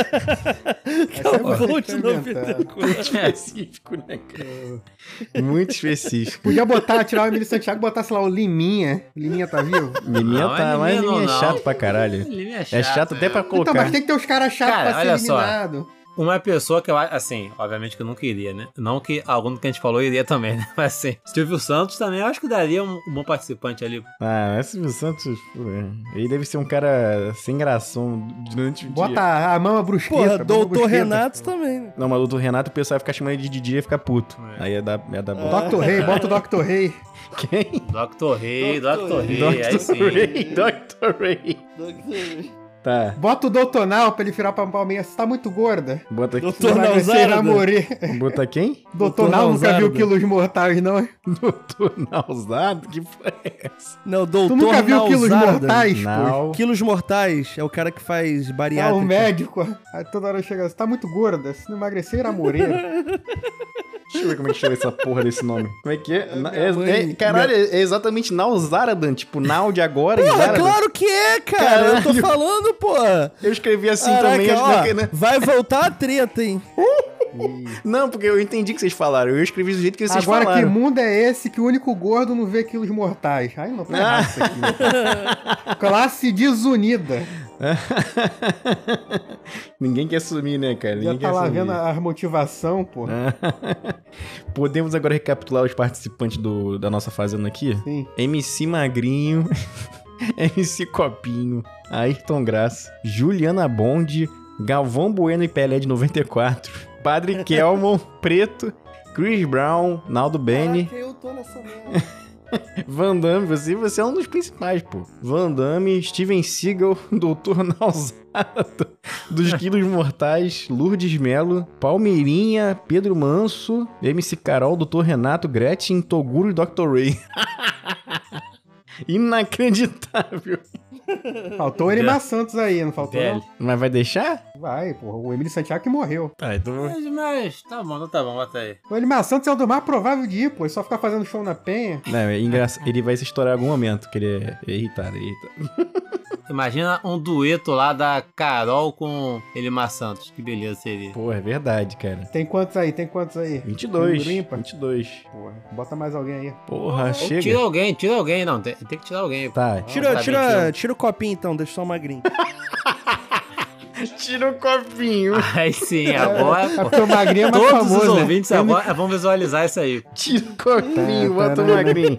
[SPEAKER 4] Essa é
[SPEAKER 3] Não,
[SPEAKER 4] você
[SPEAKER 3] Ruth
[SPEAKER 4] que tá
[SPEAKER 5] um
[SPEAKER 4] inventando.
[SPEAKER 3] 94.
[SPEAKER 2] específico, né, cara? Muito específico.
[SPEAKER 4] Podia botar, tirar o Emílio Santiago e botar, sei lá, o Liminha. O Liminha tá vivo?
[SPEAKER 2] Liminha
[SPEAKER 5] Não, é
[SPEAKER 2] tá, mas
[SPEAKER 5] menino,
[SPEAKER 2] Liminha é
[SPEAKER 5] não.
[SPEAKER 2] chato pra caralho.
[SPEAKER 5] Ele
[SPEAKER 2] É chato até pra
[SPEAKER 4] Então,
[SPEAKER 2] colocar.
[SPEAKER 4] mas tem que ter os caras chatos
[SPEAKER 5] Cara,
[SPEAKER 4] pra ser
[SPEAKER 5] olha só.
[SPEAKER 4] eliminado.
[SPEAKER 5] Uma pessoa que eu acho, assim, obviamente que eu nunca iria, né? Não que algum que a gente falou iria também, né? Mas assim, Silvio Santos também eu acho que daria um, um bom participante ali.
[SPEAKER 2] Ah, mas Silvio Santos, pô, ele deve ser um cara sem um gração durante o
[SPEAKER 4] Bota
[SPEAKER 2] dia.
[SPEAKER 4] a, a mama brusqueta.
[SPEAKER 3] Porra,
[SPEAKER 4] mama
[SPEAKER 3] doutor
[SPEAKER 4] brusqueta.
[SPEAKER 3] Renato também. né?
[SPEAKER 2] Não, mas o do Renato, o pessoal ia ficar chamando ele de Didi e ia ficar puto.
[SPEAKER 5] É.
[SPEAKER 2] Aí ia dar, ia dar bola.
[SPEAKER 4] Dr. Rei, bota o Dr. Rei.
[SPEAKER 2] Quem?
[SPEAKER 5] Dr. Rei, Dr. Rey, aí sim.
[SPEAKER 2] Dr. Ray, Dr. Ray. Tá,
[SPEAKER 4] Bota o Doutonal pra ele virar pra palmeira. Você tá muito gorda.
[SPEAKER 2] bota aqui.
[SPEAKER 3] Doutor
[SPEAKER 4] vai crescer,
[SPEAKER 3] Nalzarda.
[SPEAKER 4] vai morrer.
[SPEAKER 2] Bota quem?
[SPEAKER 4] Doutonal nunca
[SPEAKER 3] Nalzarda.
[SPEAKER 4] viu quilos mortais, não?
[SPEAKER 2] Doutor Nausado? Que foi essa?
[SPEAKER 3] Não, doutor
[SPEAKER 4] Tu nunca viu quilos
[SPEAKER 3] Nalzarda.
[SPEAKER 4] mortais, pô?
[SPEAKER 2] Nau-
[SPEAKER 3] Quilos mortais é o cara que faz
[SPEAKER 4] É o
[SPEAKER 3] bariátrica.
[SPEAKER 4] médico. Aí toda hora chega assim, tá muito gorda. Se não emagrecer, irá morrer.
[SPEAKER 2] Deixa eu ver como é que chama essa porra desse nome. Como é que é? Na- é-
[SPEAKER 3] mãe-
[SPEAKER 2] é- caralho, é exatamente Nauzaradan. Tipo, Nau de agora e
[SPEAKER 3] Porra,
[SPEAKER 2] Zaradan.
[SPEAKER 3] claro que é, cara. Eu tô falando, porra.
[SPEAKER 2] Eu escrevi assim
[SPEAKER 3] Caraca,
[SPEAKER 2] também. eu
[SPEAKER 3] ó,
[SPEAKER 2] escrevi- né?
[SPEAKER 3] Vai voltar a treta, hein?
[SPEAKER 2] Não, porque eu entendi o que vocês falaram. Eu escrevi do jeito que vocês
[SPEAKER 4] Agora, que
[SPEAKER 2] falaram.
[SPEAKER 4] mundo é esse que o único gordo não vê quilos mortais? Ai, não, tá errado isso aqui. né? Classe desunida.
[SPEAKER 2] Ninguém quer sumir, né, cara?
[SPEAKER 4] Já
[SPEAKER 2] Ninguém
[SPEAKER 4] tá
[SPEAKER 2] quer
[SPEAKER 4] lá
[SPEAKER 2] sumir.
[SPEAKER 4] vendo a a motivação, pô.
[SPEAKER 5] Ah.
[SPEAKER 2] Podemos agora recapitular os participantes do, da nossa fazenda aqui?
[SPEAKER 4] Sim.
[SPEAKER 2] MC Magrinho, MC Copinho, Ayrton Graça, Juliana Bond, Galvão Bueno e Pelé de 94, Padre Kelmon, Preto, Chris Brown, Naldo Bene,
[SPEAKER 3] Caraca, Ah, eu tô nessa merda.
[SPEAKER 2] Van Damme, você, você é um dos principais, pô. Van Damme, Steven Seagal, Doutor Nausado, dos Quilos Mortais, Lourdes Melo, Palmeirinha, Pedro Manso, MC Carol, Doutor Renato, Gretchen, Toguro e Dr. Ray. Inacreditável.
[SPEAKER 4] Faltou o Elimar Santos aí, não faltou?
[SPEAKER 5] Velho.
[SPEAKER 4] Não?
[SPEAKER 2] Mas vai deixar?
[SPEAKER 4] Vai, pô. O Emílio Santiago que morreu.
[SPEAKER 2] Ah, então...
[SPEAKER 5] Mas, mas tá bom, não tá bom, bota aí.
[SPEAKER 4] O Elimar Santos é o do mais provável de ir, pô. Ele só ficar fazendo show na penha.
[SPEAKER 2] Não, é engraçado. Ele vai se estourar em algum momento, que ele é irritado, ele é irritado.
[SPEAKER 5] Imagina um dueto lá da Carol com Elimar Santos. Que beleza seria.
[SPEAKER 2] Porra, é verdade, cara.
[SPEAKER 4] Tem quantos aí? Tem quantos aí?
[SPEAKER 2] 22,
[SPEAKER 4] Número ímpar?
[SPEAKER 2] 22.
[SPEAKER 4] Porra, bota mais alguém aí.
[SPEAKER 2] Porra,
[SPEAKER 5] Ou
[SPEAKER 2] chega.
[SPEAKER 5] Tira alguém, tira alguém. Não, tem, tem que tirar alguém.
[SPEAKER 2] Tá,
[SPEAKER 5] Não,
[SPEAKER 3] Tira,
[SPEAKER 5] tá
[SPEAKER 3] tira,
[SPEAKER 5] mentindo.
[SPEAKER 3] tira o copinho então, deixa só o magrinho.
[SPEAKER 2] Tira o copinho.
[SPEAKER 5] Aí sim, agora...
[SPEAKER 4] É porque o Magrinho é mais
[SPEAKER 5] Todos os
[SPEAKER 4] famoso, né?
[SPEAKER 5] ouvintes agora vão visualizar isso aí.
[SPEAKER 2] Tira o copinho,
[SPEAKER 4] Tá,
[SPEAKER 2] bota o
[SPEAKER 4] tá,
[SPEAKER 2] magrinho.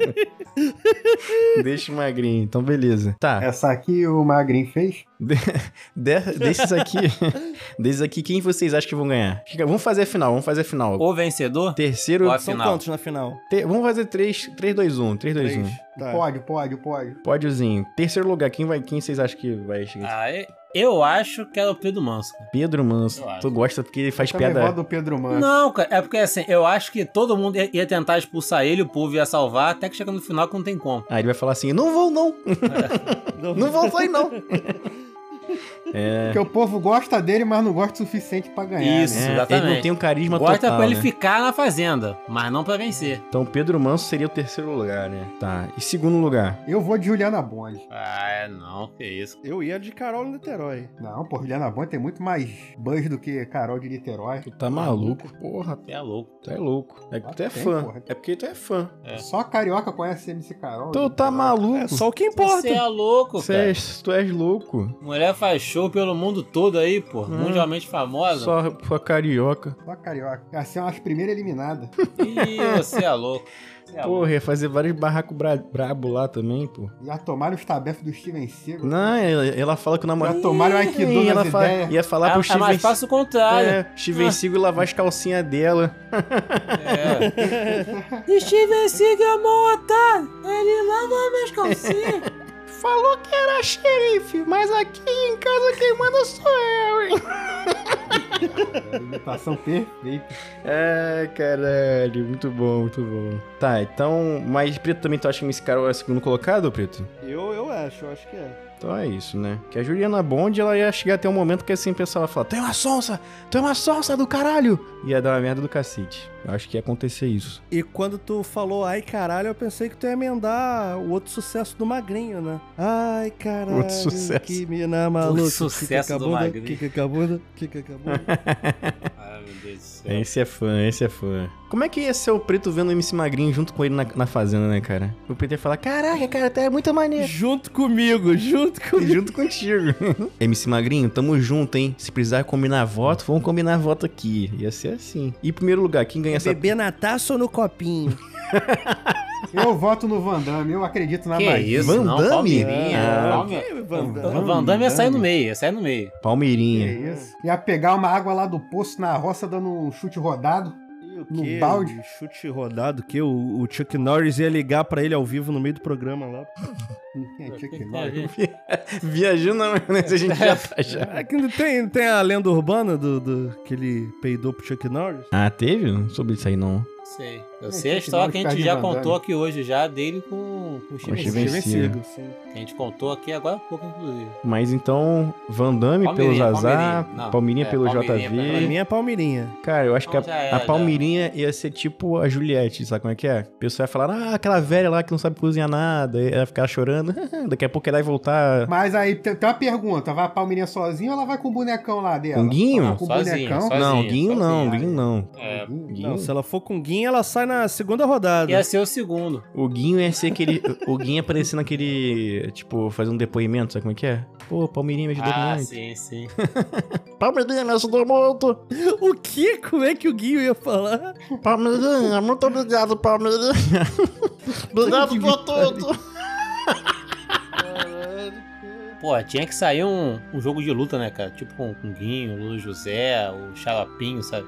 [SPEAKER 2] Deixa o magrinho, então beleza. Tá,
[SPEAKER 4] Essa aqui o Magrinho fez.
[SPEAKER 2] de- desses aqui, desses aqui, quem vocês acham que vão ganhar? Fica- Vamos fazer a final, vamos fazer a final.
[SPEAKER 5] O vencedor,
[SPEAKER 2] Terceiro,
[SPEAKER 5] ou a
[SPEAKER 3] São
[SPEAKER 5] final.
[SPEAKER 3] quantos na final?
[SPEAKER 2] te- vamos fazer 3, 3, 2, 1, 3, 2, 1.
[SPEAKER 3] Tá.
[SPEAKER 4] Pode, pode, pode.
[SPEAKER 2] Pódiozinho. Terceiro lugar, quem, vai, quem vocês acham que vai chegar?
[SPEAKER 5] Ah, e- eu acho que era o Pedro Manso.
[SPEAKER 2] Pedro Manso.
[SPEAKER 5] Ah, eu acho.
[SPEAKER 2] Tu gosta porque ele faz
[SPEAKER 4] Também
[SPEAKER 2] piada.
[SPEAKER 4] voto do Pedro Mano.
[SPEAKER 5] Não, cara, é porque assim, eu acho que todo mundo ia ia tentar expulsar ele, o povo ia salvar, até que chega no final que não tem como.
[SPEAKER 2] Aí ele vai falar assim: "Eu não vou, não.
[SPEAKER 3] Então,
[SPEAKER 2] Não vou sair, não. É,
[SPEAKER 4] Porque o povo gosta dele, mas não gosta o suficiente pra ganhar.
[SPEAKER 5] Isso,
[SPEAKER 4] né?
[SPEAKER 2] É, ele
[SPEAKER 5] exatamente.
[SPEAKER 2] não tem um carisma
[SPEAKER 5] Gosta
[SPEAKER 2] total.
[SPEAKER 5] pra ele
[SPEAKER 2] né?
[SPEAKER 5] ficar na fazenda, mas não pra vencer.
[SPEAKER 2] Então Pedro Manso seria o terceiro lugar, né? Tá. E segundo lugar?
[SPEAKER 4] Eu vou de Juliana Bond.
[SPEAKER 5] Ah, não, que isso.
[SPEAKER 3] Eu ia de Carol em Niterói.
[SPEAKER 4] Não, pô, Juliana Bond tem muito mais buzz do que Carol de Niterói.
[SPEAKER 2] Tu tá maluco, porra.
[SPEAKER 5] É louco.
[SPEAKER 2] Tu é louco. É porque tu é
[SPEAKER 4] Tem,
[SPEAKER 2] fã.
[SPEAKER 4] porra.
[SPEAKER 2] É porque tu é fã.
[SPEAKER 5] É.
[SPEAKER 4] Só a carioca conhece MC Carol. né?
[SPEAKER 2] Tu tá
[SPEAKER 3] É
[SPEAKER 2] maluco.
[SPEAKER 3] só o que importa.
[SPEAKER 5] Você é louco,
[SPEAKER 2] Cê
[SPEAKER 5] cara.
[SPEAKER 2] és- tu és louco.
[SPEAKER 5] Mulher faz show pelo mundo todo aí, pô. Mundialmente famosa.
[SPEAKER 2] Só só carioca.
[SPEAKER 4] Só a carioca. Assim, é umas primeiras eliminadas.
[SPEAKER 5] Ih, você é louco. Você é louco.
[SPEAKER 2] Porra, ia fazer vários barracos bra brabo lá também, pô.
[SPEAKER 4] Já tomaram os tabefos do Steven Seagal.
[SPEAKER 2] Não, ela, ela fala que o namorado. um
[SPEAKER 4] Já tomaram o Aikido
[SPEAKER 2] Ih, ela
[SPEAKER 4] nas
[SPEAKER 2] fala-
[SPEAKER 4] ideias.
[SPEAKER 2] ia falar pro
[SPEAKER 5] É, é
[SPEAKER 2] Steven.
[SPEAKER 5] mais fácil né? o contrário.
[SPEAKER 2] é, Steven Seagal lavar as calcinhas dela.
[SPEAKER 5] É. Steven Seagal é um otário. Ele lava minhas calcinhas.
[SPEAKER 2] Falou que era xerife, mas aqui em casa quem manda sou eu, hein?
[SPEAKER 4] É a imitação perfeita.
[SPEAKER 2] É, caralho, muito bom, muito bom. Tá, então. Mas Preto também tu acha que esse cara é o segundo colocado, Preto?
[SPEAKER 3] Eu, eu acho, eu acho que é.
[SPEAKER 2] Então é isso, né? Que a Juliana Bond, ela ia chegar até um momento que assim, o pessoal ia falar, tu é uma sonsa, tu é uma sonsa do caralho! Ia dar uma merda do cacete. Eu acho que ia acontecer isso.
[SPEAKER 3] E quando tu falou ai caralho, eu pensei que tu ia emendar o outro sucesso do Magrinho, né? Ai caralho.
[SPEAKER 2] Outro sucesso.
[SPEAKER 3] Que mina maluca.
[SPEAKER 5] Outro sucesso
[SPEAKER 3] quica
[SPEAKER 5] do
[SPEAKER 3] bunda,
[SPEAKER 5] Magrinho.
[SPEAKER 3] Quica com a bunda, quica com a bunda.
[SPEAKER 5] Ai, meu Deus do céu.
[SPEAKER 2] Esse é fã, esse é fã. Como é que ia ser o Preto vendo o MC Magrinho junto com ele na, na fazenda, né, cara? O Preto ia falar, caraca, cara, tu é muito maneiro.
[SPEAKER 3] junto comigo, junto comigo.
[SPEAKER 2] junto contigo. MC Magrinho, tamo junto, hein? Se precisar combinar voto, vamos combinar voto aqui. Ia ser assim. E em primeiro lugar, quem ganha essa...
[SPEAKER 3] Beber na taça ou no copinho?
[SPEAKER 4] Eu voto no Van Damme, eu acredito na
[SPEAKER 5] Que
[SPEAKER 4] magia.
[SPEAKER 5] isso,
[SPEAKER 2] Van
[SPEAKER 5] não,
[SPEAKER 2] Damme?
[SPEAKER 5] Palmeirinha.
[SPEAKER 2] Ah,
[SPEAKER 5] Palme-
[SPEAKER 3] Van Damme.
[SPEAKER 5] O é- Van Damme ia sair no meio, ia sair no meio.
[SPEAKER 4] Que
[SPEAKER 2] Palmeirinha.
[SPEAKER 4] isso. Ia pegar uma água lá do poço na roça dando um chute rodado. No
[SPEAKER 3] Que
[SPEAKER 4] balde.
[SPEAKER 3] Um Chute rodado que o, o Chuck Norris ia ligar pra ele ao vivo no meio do programa lá.
[SPEAKER 4] É, tinha que-
[SPEAKER 2] Viajando na maionese, a gente já tá já.
[SPEAKER 3] É que não tem, não tem a lenda urbana do, do que ele peidou pro Chuck Norris?
[SPEAKER 2] Ah, teve? Não soube disso aí, não.
[SPEAKER 5] Sei. Eu
[SPEAKER 4] É,
[SPEAKER 5] sei a
[SPEAKER 4] Chuck
[SPEAKER 5] história que a
[SPEAKER 4] Norris
[SPEAKER 5] gente
[SPEAKER 4] perde
[SPEAKER 5] já
[SPEAKER 4] Van Damme.
[SPEAKER 5] contou aqui hoje já dele com o
[SPEAKER 2] o
[SPEAKER 5] Steven
[SPEAKER 2] Steven
[SPEAKER 5] Seagal.
[SPEAKER 2] Seagal.
[SPEAKER 3] sim.
[SPEAKER 5] Que a gente contou aqui agora há pouco, inclusive.
[SPEAKER 2] Mas então, Van Damme pelo
[SPEAKER 5] Palmeirinha,
[SPEAKER 2] Zazar,
[SPEAKER 5] Palmeirinha. Não,
[SPEAKER 2] Palmeirinha,
[SPEAKER 5] é,
[SPEAKER 2] pelo
[SPEAKER 5] Palmeirinha
[SPEAKER 2] JV.
[SPEAKER 5] pra
[SPEAKER 3] Pra mim é Palmeirinha.
[SPEAKER 2] Cara, eu acho que
[SPEAKER 5] Então
[SPEAKER 2] a,
[SPEAKER 5] já é,
[SPEAKER 2] a
[SPEAKER 5] já.
[SPEAKER 2] Palmeirinha ia ser tipo a Juliette, sabe como é que é? O pessoal ia falar, ah, aquela velha lá que não sabe cozinhar nada, ia ficar chorando, daqui a pouco ela vai voltar.
[SPEAKER 4] Mas aí tem tem uma pergunta: vai a Palmeirinha sozinha ou ela vai com o bonecão lá dela?
[SPEAKER 2] Com o Guinho?
[SPEAKER 4] Ela vai Com o
[SPEAKER 5] Sozinha,
[SPEAKER 4] bonecão?
[SPEAKER 5] sozinha.
[SPEAKER 2] não, Guinho não,
[SPEAKER 5] sozinha.
[SPEAKER 2] Guinho não.
[SPEAKER 5] É.
[SPEAKER 2] Guinho?
[SPEAKER 3] Não, se ela for com o Guinho, ela sai na segunda rodada.
[SPEAKER 5] Ia ser o segundo.
[SPEAKER 2] O Guinho ia ser aquele. o Guinho ia aparecer naquele. Tipo, fazer um depoimento, sabe como é que é? Pô, Palmeirinha me ajudou
[SPEAKER 5] Ah,
[SPEAKER 2] muito.
[SPEAKER 5] sim, sim.
[SPEAKER 2] Palmeirinha me ajudou muito.
[SPEAKER 3] O que? Como é que o Guinho ia falar?
[SPEAKER 2] Palmeirinha, muito obrigado, Palmeirinha. obrigado por tudo.
[SPEAKER 5] Pô, tinha que sair um, um jogo de luta, né, cara? Tipo com com o Guinho, o Lula José, o Xaropinho, sabe?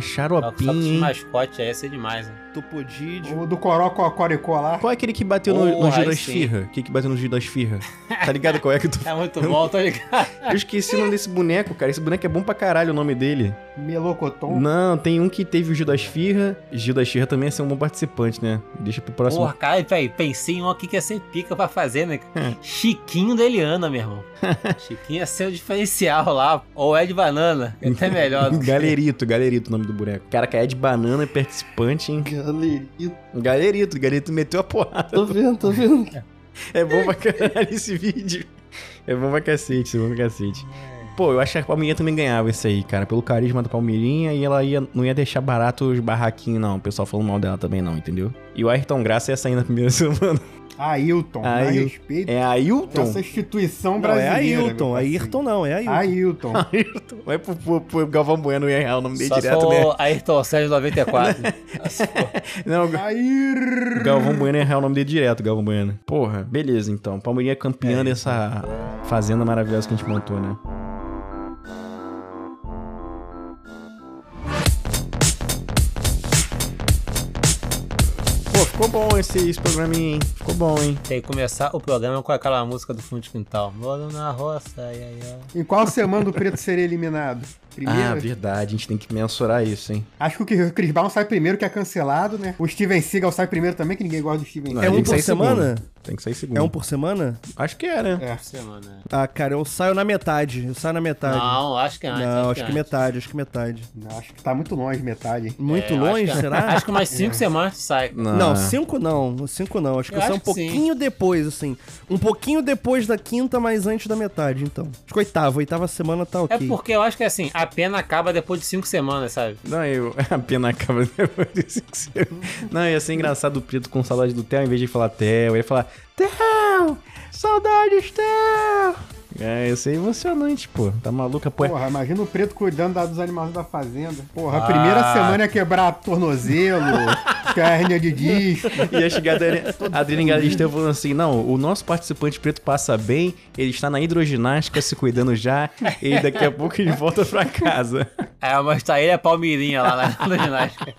[SPEAKER 5] Só que só com esses
[SPEAKER 2] xaropinho, hein?
[SPEAKER 5] mascote aí ia ser demais, né?
[SPEAKER 3] Tupodídeo.
[SPEAKER 4] O do Coró Cocoricó lá.
[SPEAKER 2] Qual é aquele que bateu no, no
[SPEAKER 5] Porra,
[SPEAKER 2] Gil
[SPEAKER 5] aí
[SPEAKER 2] das
[SPEAKER 5] sim.
[SPEAKER 2] Firra? Que que bateu no Gil das Firra? Tá ligado qual é que tu...
[SPEAKER 5] É muito bom, tô ligado.
[SPEAKER 2] Eu esqueci o nome desse boneco, cara. Esse boneco é bom pra caralho o nome dele.
[SPEAKER 4] Melocotom.
[SPEAKER 2] Não, tem um que teve o Gil das Firra. Gil das Firra também ia ser um bom participante, né? Deixa pro próximo.
[SPEAKER 5] Porra, cara, velho, pensei em um aqui que ia ser pica pra fazer, né? cara? Chiquinho da Eliana, meu irmão. Chiquinho ia ser o diferencial lá. Ou Ed Banana, que é até melhor. do que-
[SPEAKER 2] Galerito, Galerito o nome do boneco. Cara, que é de banana e participante, hein?
[SPEAKER 4] Galerito.
[SPEAKER 2] Galerito, Galerito meteu a porrada.
[SPEAKER 3] Tô vendo, tô vendo.
[SPEAKER 2] É bom pra caralho esse vídeo. É bom pra cacete, é bom pra cacete. Pô, eu acho que a Palmeirinha também ganhava isso aí, cara. Pelo carisma da Palmeirinha e ela ia, não ia deixar barato os barraquinhos, não. O pessoal falando mal dela também, não, entendeu? E o Ayrton Graça ia sair na primeira semana.
[SPEAKER 4] Ailton. A
[SPEAKER 2] Ail-
[SPEAKER 4] respeito
[SPEAKER 2] É Ailton?
[SPEAKER 4] dessa instituição
[SPEAKER 3] Não, é
[SPEAKER 4] brasileira.
[SPEAKER 3] Ailton.
[SPEAKER 4] meu
[SPEAKER 2] né?
[SPEAKER 4] parceiro.
[SPEAKER 3] Ayrton não, é Ailton.
[SPEAKER 4] Ailton.
[SPEAKER 2] Ailton. Vai é pro, pro, pro Galvão Bueno ia errar o nome dele
[SPEAKER 5] Só
[SPEAKER 2] direto,
[SPEAKER 5] sou
[SPEAKER 2] né?
[SPEAKER 5] o Ayrton Sérgio 94.
[SPEAKER 2] Não, o
[SPEAKER 4] Air...
[SPEAKER 2] Galvão Bueno ia errar o nome dele direto, Galvão Bueno. Porra, beleza então. Palmeirinha campeã dessa fazenda maravilhosa que a gente montou, né? Pô, ficou bom esse, esse programinha, hein? Ficou bom, hein?
[SPEAKER 5] Tem que começar o programa com aquela música do fundo de quintal. Moro na roça, ai, ai, ai.
[SPEAKER 4] Em qual semana o preto seria eliminado?
[SPEAKER 2] Ah,
[SPEAKER 4] Primeiro?
[SPEAKER 2] verdade, a gente tem que mensurar isso, hein?
[SPEAKER 4] acho que o Chris Brown sai primeiro, que é cancelado, né? O Steven Seagal sai primeiro também, que ninguém gosta do Steven
[SPEAKER 2] Não,
[SPEAKER 3] É
[SPEAKER 2] tem
[SPEAKER 3] um
[SPEAKER 2] que
[SPEAKER 3] por
[SPEAKER 2] sair
[SPEAKER 3] semana?
[SPEAKER 2] segundo. Tem que sair segundo.
[SPEAKER 3] É um por semana?
[SPEAKER 2] Acho que é, né?
[SPEAKER 4] É.
[SPEAKER 5] Semana.
[SPEAKER 3] Ah, cara, eu saio na metade. Eu saio na metade.
[SPEAKER 5] Não, acho que é antes.
[SPEAKER 3] Não, acho que
[SPEAKER 5] antes.
[SPEAKER 3] metade, acho que metade.
[SPEAKER 4] Não, acho que tá muito longe, metade. hein?
[SPEAKER 5] É,
[SPEAKER 3] Muito
[SPEAKER 5] eu acho
[SPEAKER 3] longe,
[SPEAKER 5] que-
[SPEAKER 3] será?
[SPEAKER 5] Acho que umas 5 semanas sai.
[SPEAKER 2] Não.
[SPEAKER 3] Não, cinco não. Cinco não. Acho que
[SPEAKER 5] Eu
[SPEAKER 3] eu saio um
[SPEAKER 5] acho que sim.
[SPEAKER 3] pouquinho depois, assim. Um pouquinho depois da quinta, mas antes da metade, então. Acho que oitava. Oitava semana tá ok.
[SPEAKER 5] É porque eu acho que assim, a pena acaba depois de 5 semanas, sabe?
[SPEAKER 2] Não, eu. A pena acaba depois de cinco segundos. Não, ia ser engraçado o Preto com saudade do Theo, em vez de falar Theo, ele ia falar Theo! Saudades, Theo! É, ia ser emocionante, pô. Tá maluca, pô.
[SPEAKER 4] Porra, imagina o preto cuidando da- dos animais da fazenda. Porra, a primeira semana é quebrar tornozelo, hérnia de disco.
[SPEAKER 2] Ia chegar a Adriana- a Adriana Galisteu falando assim: não, o nosso participante preto passa bem, ele está na hidroginástica se cuidando já, e daqui a pouco ele volta pra casa.
[SPEAKER 5] É, mas tá ele a Palmeirinha lá na ginástica.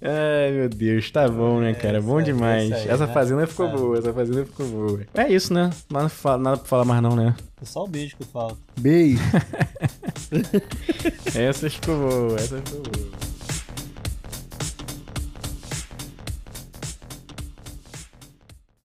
[SPEAKER 2] Ai, meu Deus, tá bom, né, cara? Bom demais.
[SPEAKER 5] isso aí,
[SPEAKER 2] essa
[SPEAKER 5] né?
[SPEAKER 2] fazenda ficou boa, essa fazenda ficou boa. É isso, né? Nada, pra falar- nada pra falar mais, não, né?
[SPEAKER 5] Só o beijo que eu falo.
[SPEAKER 4] Beijo.
[SPEAKER 2] Essa ficou boa, essa ficou boa.